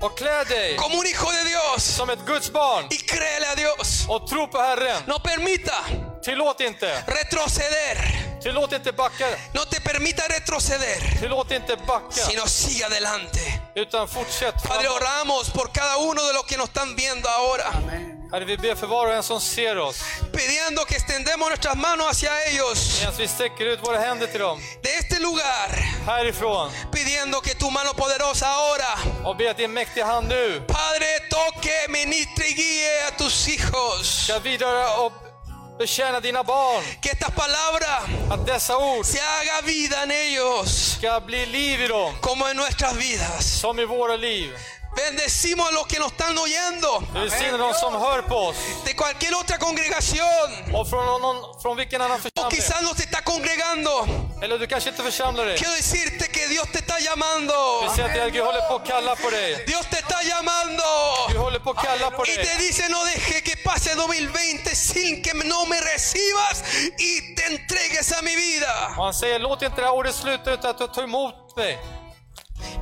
B: Och klä dig
C: como un hijo de Dios.
B: som ett Guds barn.
C: Y créele a Dios.
B: Och tro på Herren.
C: No permita
B: Tillåt inte.
C: retroceder.
B: Tillåt inte backa.
C: No te permita retroceder.
B: Tillåt inte backa.
C: Sino sigue adelante.
B: Utan fortsätt.
C: Padre,
B: framåt.
C: oramos por cada uno de los que nos están viendo ahora.
A: Amén.
B: Herre, vi ber för var och en som ser oss.
C: Pidiendo que extendemos nuestras manos hacia ellos.
B: Medan vi sträcker ut våra händer till dem.
C: De este lugar.
B: Härifrån.
C: Pidiendo que tu mano poderosa ahora.
B: Och be att din mäktiga hand nu
C: Padre, toque, ministre y guíe a tus hijos.
B: ska vidröra och betjäna dina barn.
C: Que esta palabra
B: Att dessa ord
C: se haga vida en ellos.
B: ska bli liv i dem.
C: Como en nuestras vidas.
B: Som i våra liv.
C: Bendecimos a los que nos están oyendo.
B: Vi välsignar de som hör på oss.
C: De cualquier otra congregación.
B: Och från, någon, från vilken annan
C: O
B: församling.
C: quizás no te está congregando.
B: Eller du kanske inte församlar dig.
C: Quiero decirte que Dios te está llamando.
B: Vi ser att jag- Gud håller på att kalla på dig.
C: Dios te está llamando
B: Gud håller på att kalla på
C: y te
B: dig.
C: dice no deje que pase 2020 sin que no me recibas y te entregues a mi vida
B: Och han säger, låt inte det här året sluta utan att du tar emot mig.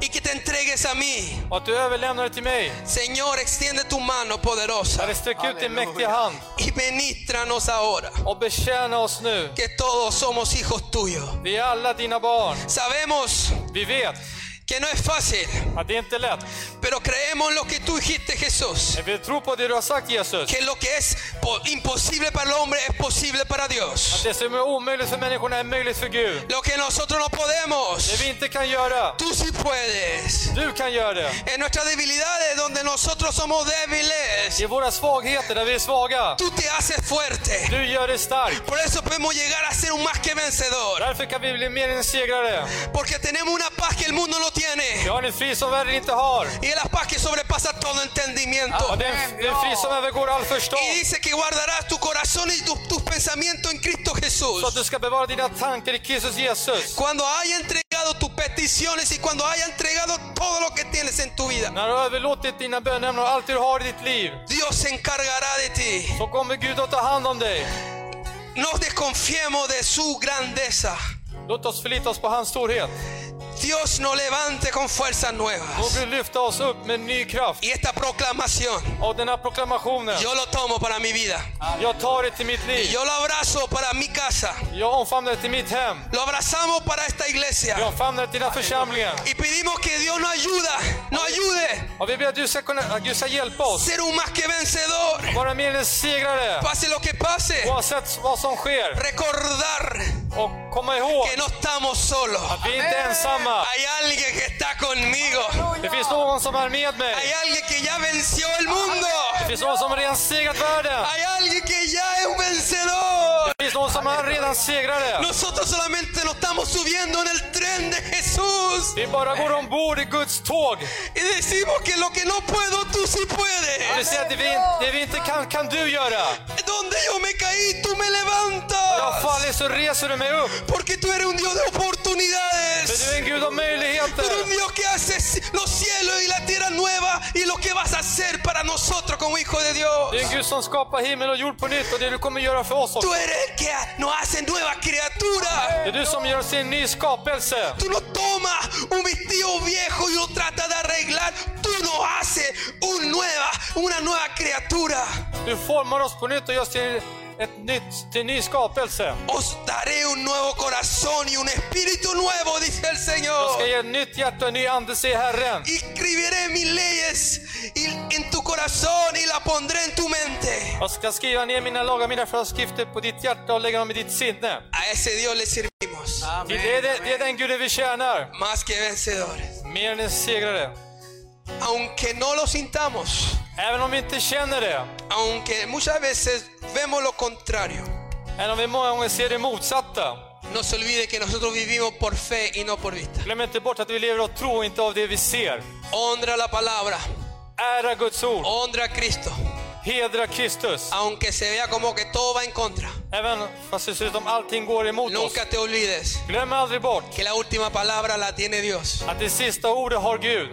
C: y que te entregues a mí.
B: Och att du överlämnar det till mig.
C: Señor, extiende tu mano poderosa
B: Herre, sträck ut din
A: Halleluja.
B: mäktiga hand
C: y ministranos ahora
B: och betjäna oss nu.
C: que todos somos hijos tuyos.
B: Vi är alla dina barn.
C: Sabemos
B: Vi vet
C: que no es fácil,
B: att det inte är lätt.
C: pero creemos lo que tú dijiste Jesús.
B: Men vi tror på det du har sagt Jesus.
C: Que lo que es po- imposible para el hombre es posible para Dios.
B: Det som är omöjligt för människorna är möjligt för Gud.
C: Lo que nosotros no podemos,
B: Det vi inte kan göra,
C: tú sí puedes.
B: du kan göra det.
C: En nuestras debilidades, donde nosotros somos débiles,
B: I våra svagheter där vi är svaga,
C: tú te haces fuerte.
B: du gör dig stark.
C: Por eso podemos llegar a ser un más que vencedor.
B: Därför kan vi bli mer än segrare.
C: Porque tenemos una paz que el mundo no
B: Vi
C: tiene.
B: har en fri som världen inte har.
C: Y es la paz que sobrepasa todo entendimiento.
B: Och den, den fri som övergår all
C: Y
B: förstånd.
C: dice que guardarás tu corazón y tu- tus pensamientos en Cristo
B: Så att
C: Jesús.
B: du ska bevara dina tankar i Kristus Jesus.
C: Cuando haya entregado tus peticiones y cuando haya entregado todo lo que tienes en tu vida,
B: När du har överlåtit dina bönämnen och allt du har i ditt liv,
C: Dios se encargará de ti.
B: så kommer Gud att ta hand om dig.
C: No desconfiemos de su grandeza.
B: Låt oss förlita oss på hans storhet.
C: Dios nos levante con fuerzas nuevas.
B: Låt Gud lyfta oss upp med ny kraft.
C: Y esta proclamación
B: Och den här proklamationen,
C: yo lo tomo para mi vida.
B: jag tar det till mitt
C: Y
B: liv.
C: yo lo abrazo para mi casa.
B: Jag omfamnar det till mitt hem.
C: Lo abrazamos para esta
B: Jag
C: iglesia.
B: omfamnar det till den här församlingen.
C: Y pedimos que Dios nos ayuda, nos ayude
B: Och vi ber att du ska, kunna, att Gud ska hjälpa
C: a
B: oss.
C: ser un más que vencedor.
B: Vara mer än segrare.
C: Pase lo que pase.
B: Oavsett vad som sker.
C: Recordar
B: Och komma ihåg
C: que no estamos solos.
B: att vi inte är ensamma.
C: Hay alguien que está conmigo.
B: Det finns någon som är med
C: Hay
B: mig.
C: alguien que ya venció el mundo.
B: Det finns någon som har redan segrat världen.
C: Hay alguien que ya es un vencedor.
B: Det finns någon som är redan segrare.
C: Nosotros solamente nos estamos subiendo en el tren de Jesús.
B: Vi bara går ombord i Guds tåg.
C: Y decimos que lo que no puedo, tú sí
B: Vi
C: puedes.
B: säger att det vi, in- det vi inte kan, kan du göra.
C: Donde yo me caí, tú me
B: Jag
C: levantas.
B: faller så reser du mig upp.
C: Porque tú eres un Dios de
B: För du är
C: oportunidades.
B: en Gud av
C: Tú eres un
B: möjligheter.
C: Dios que hace los cielos y la tierra nueva y lo que vas a hacer para nosotros como hijo de Dios.
B: Du är en Gud som skapar himmel och jord på nytt och det du kommer göra för oss också.
C: Tú eres el que nos hace nueva criatura.
B: Det är du som gör oss till en ny skapelse.
C: Tú no tomas un vestido viejo y lo tratas de arreglar. Tú nos haces un nueva, una nueva criatura.
B: Du formar oss på nytt och gör oss till ett nytt, till en ny skapelse.
C: Os daré un nuevo corazón y un espíritu nuevo, dice el
B: Jag ska
C: Señor.
B: ge ett nytt hjärta och en ny ande, säger Herren.
C: Y Escribiré mis leyes y- en tu corazón y la pondré en tu mente.
B: Jag ska skriva ner mina lagar, mina föreskrifter på ditt hjärta och lägga dem i ditt sinne.
C: A ese Dios le servimos,
B: Det
A: Amén.
B: är, det, det är
A: amén.
B: den guden vi tjänar.
C: más que vencedores.
B: Mer än en segrare.
C: Aunque no lo sintamos,
B: Även om vi inte känner det.
C: aunque muchas veces vemos lo contrario,
B: Även om vi många gånger ser det motsatta.
C: no se olvide que nosotros vivimos por fe y no por vista.
B: Glöm inte bort att vi lever av tro och inte av det vi ser.
C: Honra la palabra,
B: Ära Guds ord.
C: honra a Cristo.
B: Hedra Kristus.
C: Aunque se vea como que todo va en contra,
B: Även fast det ser ut som allting går emot oss.
C: nunca te olvides
B: Glöm aldrig bort
C: que la última palabra la tiene Dios.
B: att det sista ordet har Gud.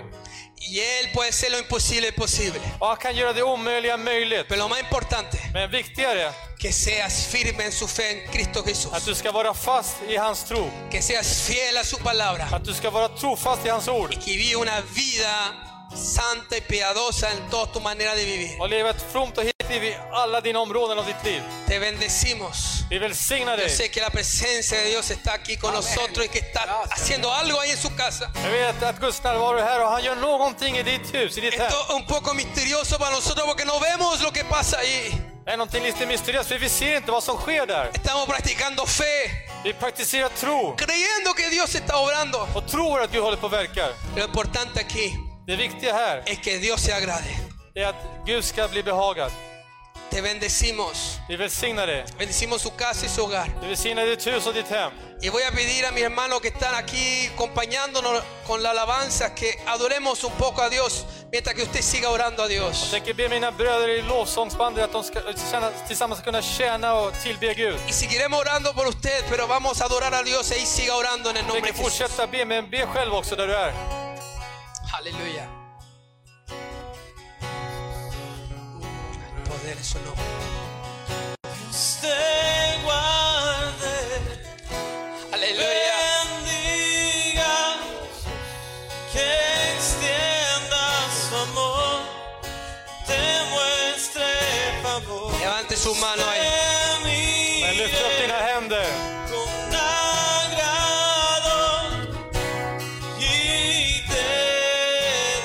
C: Y Él puede ser lo imposible posible.
B: Och han kan göra det omöjliga möjligt.
C: Pero lo más importante,
B: Men viktigare,
C: que seas firme en su fe en Cristo Jesús.
B: att du ska vara fast i hans tro.
C: Que seas fiel a su palabra.
B: Att du ska vara trofast i hans ord.
C: Y que vive una vida santa y piadosa en toda tu manera de vivir.
B: Och leva ett fromt och heligt liv i alla dina områden av ditt liv.
C: Te bendecimos.
B: Vi välsignar
C: Yo
B: dig.
C: sé que la presencia de Dios está aquí con nosotros y que está
A: Gracias.
C: haciendo algo ahí en su casa.
B: Jag vet att Guds närvaro är här och han gör någonting i ditt hus, i ditt hem.
C: Esto es un poco misterioso para nosotros porque no vemos lo que pasa ahí.
B: Det är någonting lite mysteriöst, för vi ser inte vad som sker där.
C: Estamos practicando fe,
B: Vi praktiserar tro
C: creyendo que Dios está obrando.
B: och tror att Gud håller på och verkar.
C: Lo importante aquí
B: Det viktiga här
C: es que Dios se agrade.
B: är att Gud ska bli behagad.
C: Te bendecimos.
B: Vi välsignar dig.
C: Bendecimos su casa y su hogar.
B: Vi välsignar ditt hus och ditt hem.
C: Y voy a pedir a mis hermanos que están aquí acompañándonos con la alabanza que adoremos un poco a Dios mientras que usted siga orando a
B: Jag
C: Dios.
B: tänker be mina bröder i lovsångsbandet att de ska tjäna, tillsammans ska kunna tjäna och tillbe Gud.
C: Y seguiremos orando por usted, pero vamos a adorar a Dios y siga orando en el
B: Du kan
C: nombre de Jesús.
B: fortsätta be, men be själv också där du är.
C: Aleluya. El poder es su nombre.
D: Te guarde, Eh.
C: Aleluya.
D: bendiga, que extienda su amor, te muestre favor.
C: Levante su mano ahí.
D: Te
B: Men lyft upp dina
D: mire
B: händer.
D: con agrado y te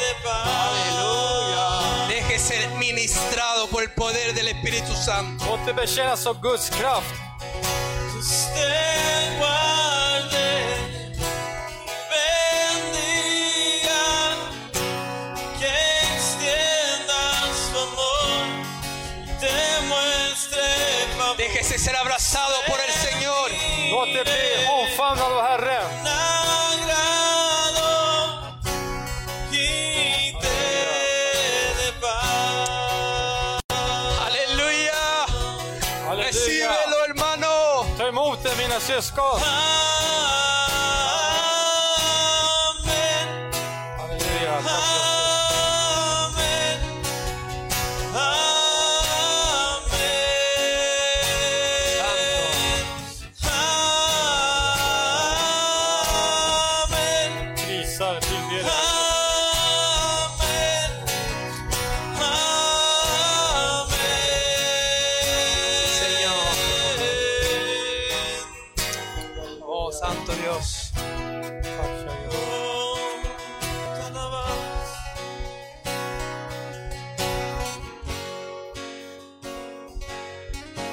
D: dé paz.
C: Deje ser ministrado por el poder del Espíritu Santo.
B: Låt dig betjänas av Guds kraft.
D: Dios te guarde, bendiga, que extienda su amor, te muestre favor.
C: Déjese ser abrazado por el Señor.
B: Låt dig bli omfamnad av Herren.
D: Sagrado, y te dé paz.
C: Aleluya.
B: Halleluja.
C: Recíbelo, hermano.
B: Ta emot det mina syskon.
D: Amén.
B: Halleluja.
D: Amén. Amén. Amén.
B: Prisar, tillber dig.
D: Amén. Amén.
C: Oh, Santo Dios.
B: Tack, Herre.
D: Te alabamos.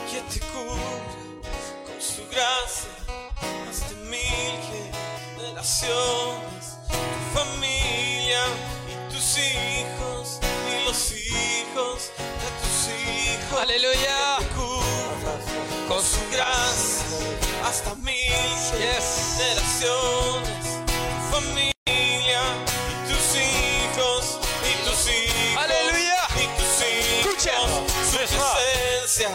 D: Que te cubra con su gracia más de mil generaciones, tu familia y tus hijos y los hijos de tus hijos.
C: Aleluya.
D: Que te cubra
C: Con
D: con
C: su
D: su gracia hasta mil
C: Yes.
D: generaciones, tu familia y tus hijos y tus hijos.
C: Aleluya.
D: Y tus hijos.
C: Escucha.
D: Su
B: Lyssna.
D: presencia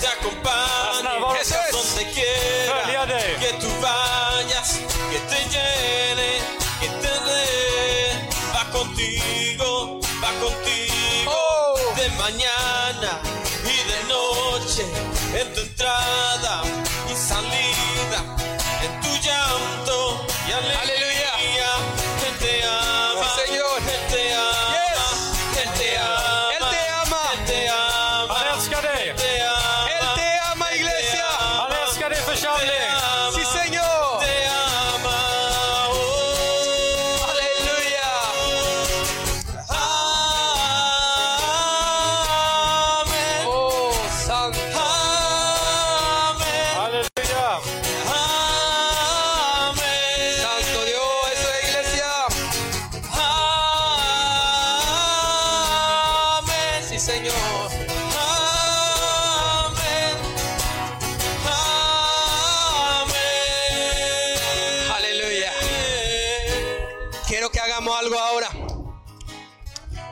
D: te acompaña.
B: Las
C: Eso es.
D: Donde
B: Följa
D: quiera
B: dig.
D: que tú vayas, que te llene, que te dé. Va contigo, va contigo.
C: Oh.
D: De mañana y de noche, en tu entrada y salida, en tu llanto y alegría.
C: Aleluya.
D: Él te ama,
C: Sí, Señor.
D: Él te ama,
C: Yes.
D: Él te ama,
C: Él te ama.
D: Él te ama,
B: Han älskar dig.
D: Él te ama,
C: Él te ama, iglesia.
B: Han älskar dig
D: Te
B: församling.
D: ama,
C: Sí, Señor.
D: Te ama, oh,
C: Aleluya.
D: amén,
C: Oh, Santo. Oh.
D: amén.
B: Halleluja.
D: Amén.
C: Santo Dios, eso es iglesia.
D: Amén.
C: Sí, Señor.
D: Amén. Amén.
C: Aleluya. Quiero que hagamos algo ahora.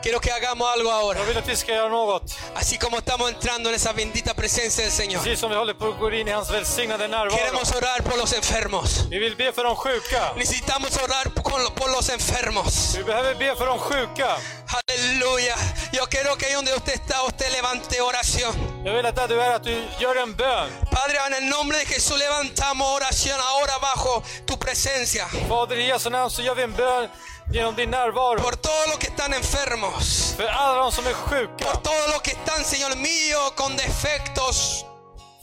C: Quiero que hagamos algo
B: Jag
C: ahora.
B: vill att vi ska göra något.
C: Así como estamos entrando en esa bendita presencia del Señor,
B: Precis som vi håller på att gå in i hans välsignade närvaro.
C: queremos orar por los enfermos.
B: Vi vill be för de sjuka.
C: Necesitamos orar con- por los enfermos.
B: Vi behöver be för de sjuka.
C: Aleluya. Yo quiero que ahí donde usted está, usted levante oración.
B: Jag vill att där du är, att du gör en bön.
C: Padre, en el nombre de Jesús levantamos oración ahora bajo tu presencia.
B: Fader, i Jesu namn så gör vi en bön genom din närvaro.
C: Por todos los que están enfermos.
B: För alla de som är sjuka.
C: Por todos los que están, Señor mío, con defectos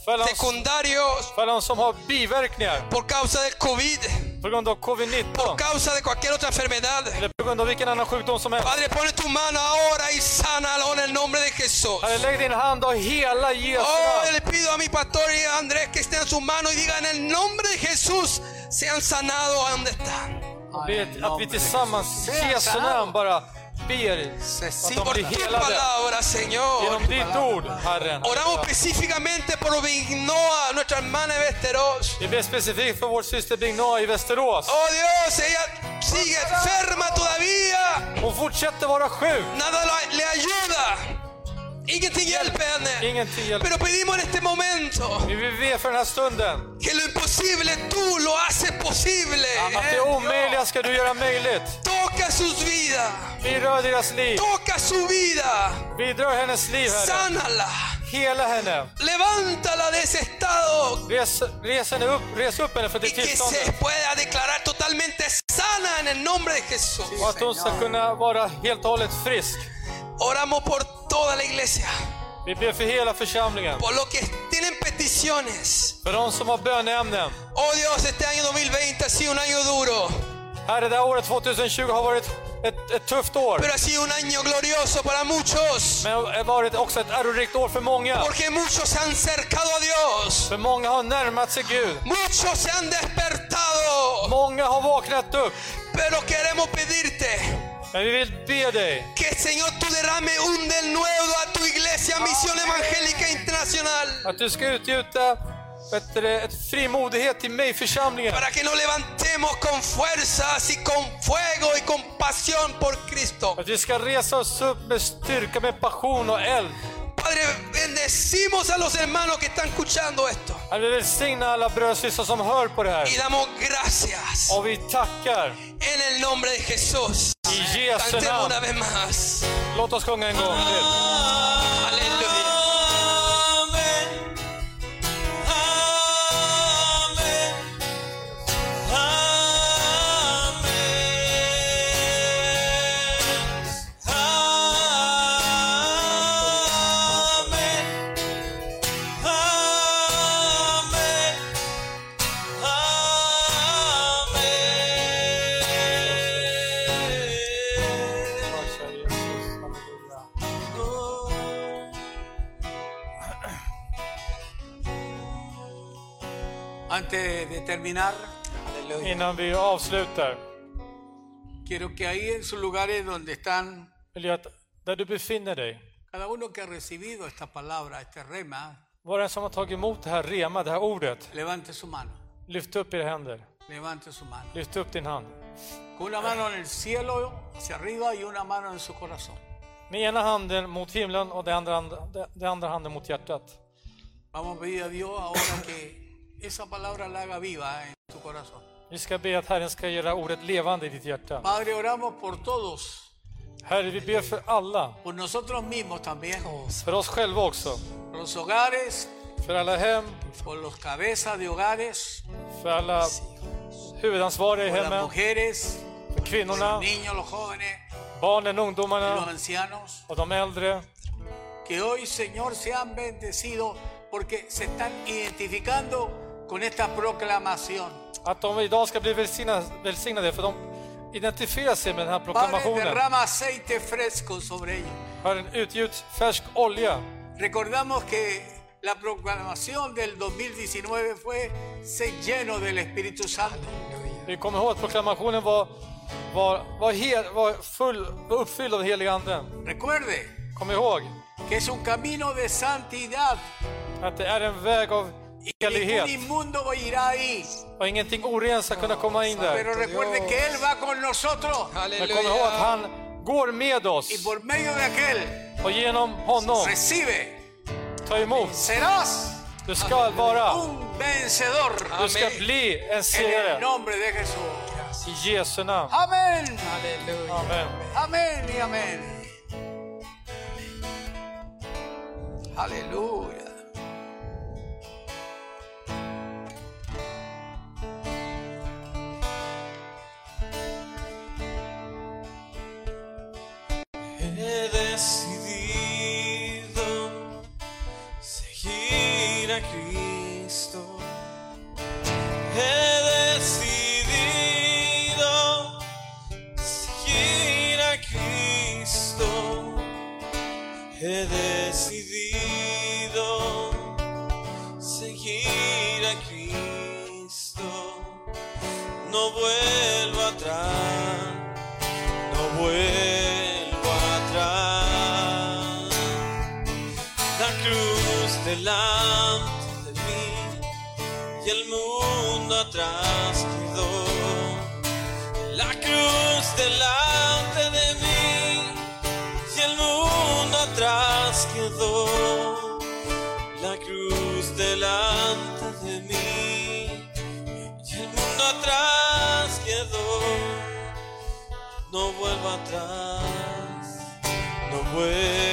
B: För alla, de,
C: secundarios.
B: för alla de som har biverkningar
C: Por causa del COVID.
B: på grund av
C: Por
B: covid-19.
C: causa de cualquier otra enfermedad.
B: Eller på grund av vilken annan sjukdom som helst.
C: Padre, pone tu mano ahora y sánalo en el nombre de Jesús.
B: Herre, lägg din hand och hela Jesu
C: Oh,
B: namn.
C: le pido a mi pastor y a Andrés que estén en sus manos y digan en el nombre de Jesús sean sanados a donde están.
B: Och be Att vi tillsammans, i Jesu namn, bara ber att de blir
C: Qué
B: helade.
C: palabra, Señor.
B: Genom ditt ord, Herren.
C: Oramos específicamente por Vignoa, nuestra hermana de Vesteros.
B: Vi ber specifikt för vår syster Bignoa i Västerås.
C: Oh Dios, ella sigue enferma todavía.
B: Hon fortsätter vara sjuk.
C: Nada la- le ayuda. Ingenting hjälper henne.
B: Ingenting hjälper.
C: Pero pedimos en este momento
B: Vi vill be för den här stunden.
C: que lo imposible tú lo haces posible. ¿eh?
B: Att det omöjliga ska du göra möjligt.
C: Toca sus vidas.
B: Vi rör deras liv.
C: Toca su vida,
B: Vi rör hennes liv, Herre.
C: sánala,
B: Hela henne.
C: levántala de ese estado
B: Res, res, henne upp, res upp henne för det
C: y que
B: tillståndet.
C: se pueda declarar totalmente sana en el nombre de Jesús.
B: Och att hon ska kunna vara helt och hållet frisk.
C: Oramos por toda la iglesia,
B: Vi ber för hela församlingen.
C: por los que tienen peticiones.
B: För de som har böneämnen.
C: Oh Dios, este año 2020 ha sido un año duro,
B: Herre, det här året 2020 har varit ett, ett tufft år.
C: pero ha sido un año glorioso para muchos,
B: Men det har varit också ett ärorikt år för många.
C: porque muchos se han cercado a Dios,
B: För många har närmat sig Gud.
C: muchos se han despertado,
B: Många har vaknat upp.
C: pero queremos pedirte.
B: Men vi vill be dig
C: Que Señor tú derrame un del nuevo a tu iglesia Misión Evangélica Internacional
B: att du ska utgjuta ett, ett frimodighet till mig, församlingen.
C: para que nos levantemos con fuerzas y con fuego y con pasión por Cristo.
B: Att vi ska resa oss upp med styrka, med passion och eld.
C: Padre, bendecimos a los hermanos que están escuchando esto
B: Herre, vi välsigna alla bröder och systrar som hör på det här.
C: y damos gracias
B: Och vi tackar
C: en el nombre de Jesús.
B: i Jesu
C: Cantemos
B: namn.
C: una vez más.
B: Låt oss sjunga en gång till.
C: Aleluya.
D: Amén. Amén. Amén. Amén. Amén. Amén.
A: Antes de terminar,
B: Innan vi avslutar
A: quiero que ahí en sus lugares donde están,
B: vill jag att där du befinner dig,
A: cada uno que ha recibido esta palabra, este rema,
B: var den som har tagit emot det här rema, det här ordet,
A: levante su mano.
B: lyft upp era händer.
A: Levante su mano.
B: Lyft upp din hand.
A: Con una mano en el cielo, hacia arriba, y una mano en su corazón.
B: Med ena handen mot himlen och den andra, den- den andra handen mot hjärtat.
A: Vamos a pedir a Dios ahora que esa palabra la haga viva en tu corazón.
B: Vi ska be att Herren ska göra ordet levande i ditt hjärta.
A: Padre, oramos por todos,
B: Herre, vi ber för alla.
A: por nosotros mismos también,
B: För oss själva också.
A: por los hogares,
B: För alla hem,
A: por los cabezas de hogares,
B: för alla huvudansvariga i
A: por las
B: hemmen,
A: mujeres,
B: för kvinnorna,
A: los niños, los jóvenes,
B: barnen,
A: los
B: ungdomarna
A: ancianos,
B: och de äldre.
A: que hoy, Señor, sean bendecidos porque se están identificando con esta proclamación.
B: Att de idag ska bli välsignade, välsignade för de identifierar sig med den här
A: Padre,
B: proklamationen.
A: derrama aceite fresco sobre ellos.
B: Herren, utgjut färsk olja.
A: Recordamos que la proclamación del 2019 fue se lleno del Espíritu Santo.
B: Vi kommer ihåg att proklamationen var, var, var, hel, var, full, var uppfylld av helig Ande.
A: Recuerde
B: Kom ihåg
A: que es un camino de santidad
B: att det är en väg av
A: y ningún
B: helighet
A: inmundo irá ahí.
B: och ingenting orent ska kunna komma in
A: Pero
B: där.
A: recuerde que Él va con nosotros.
B: Men kom ihåg att
C: Aleluya.
B: han går med oss
A: y por medio de aquel
B: och genom honom
A: recibe,
B: ta emot.
A: serás
B: Du ska vara,
A: un vencedor
B: du ska bli en
A: en el
B: segrare
A: nombre de Jesús.
B: i Jesu namn.
A: Amén,
C: Aleluya.
B: Amen.
A: amén y amén. Aleluya.
D: He decidido seguir a Cristo. He decidido seguir a Cristo. He decidido seguir a Cristo. No vuelvo atrás no vuelvo atrás. La cruz delante de mí y el mundo atrás quedó. La cruz delante de mí y el mundo atrás quedó. La cruz delante de mí y el mundo atrás quedó no vuelvo atrás, no vuelvo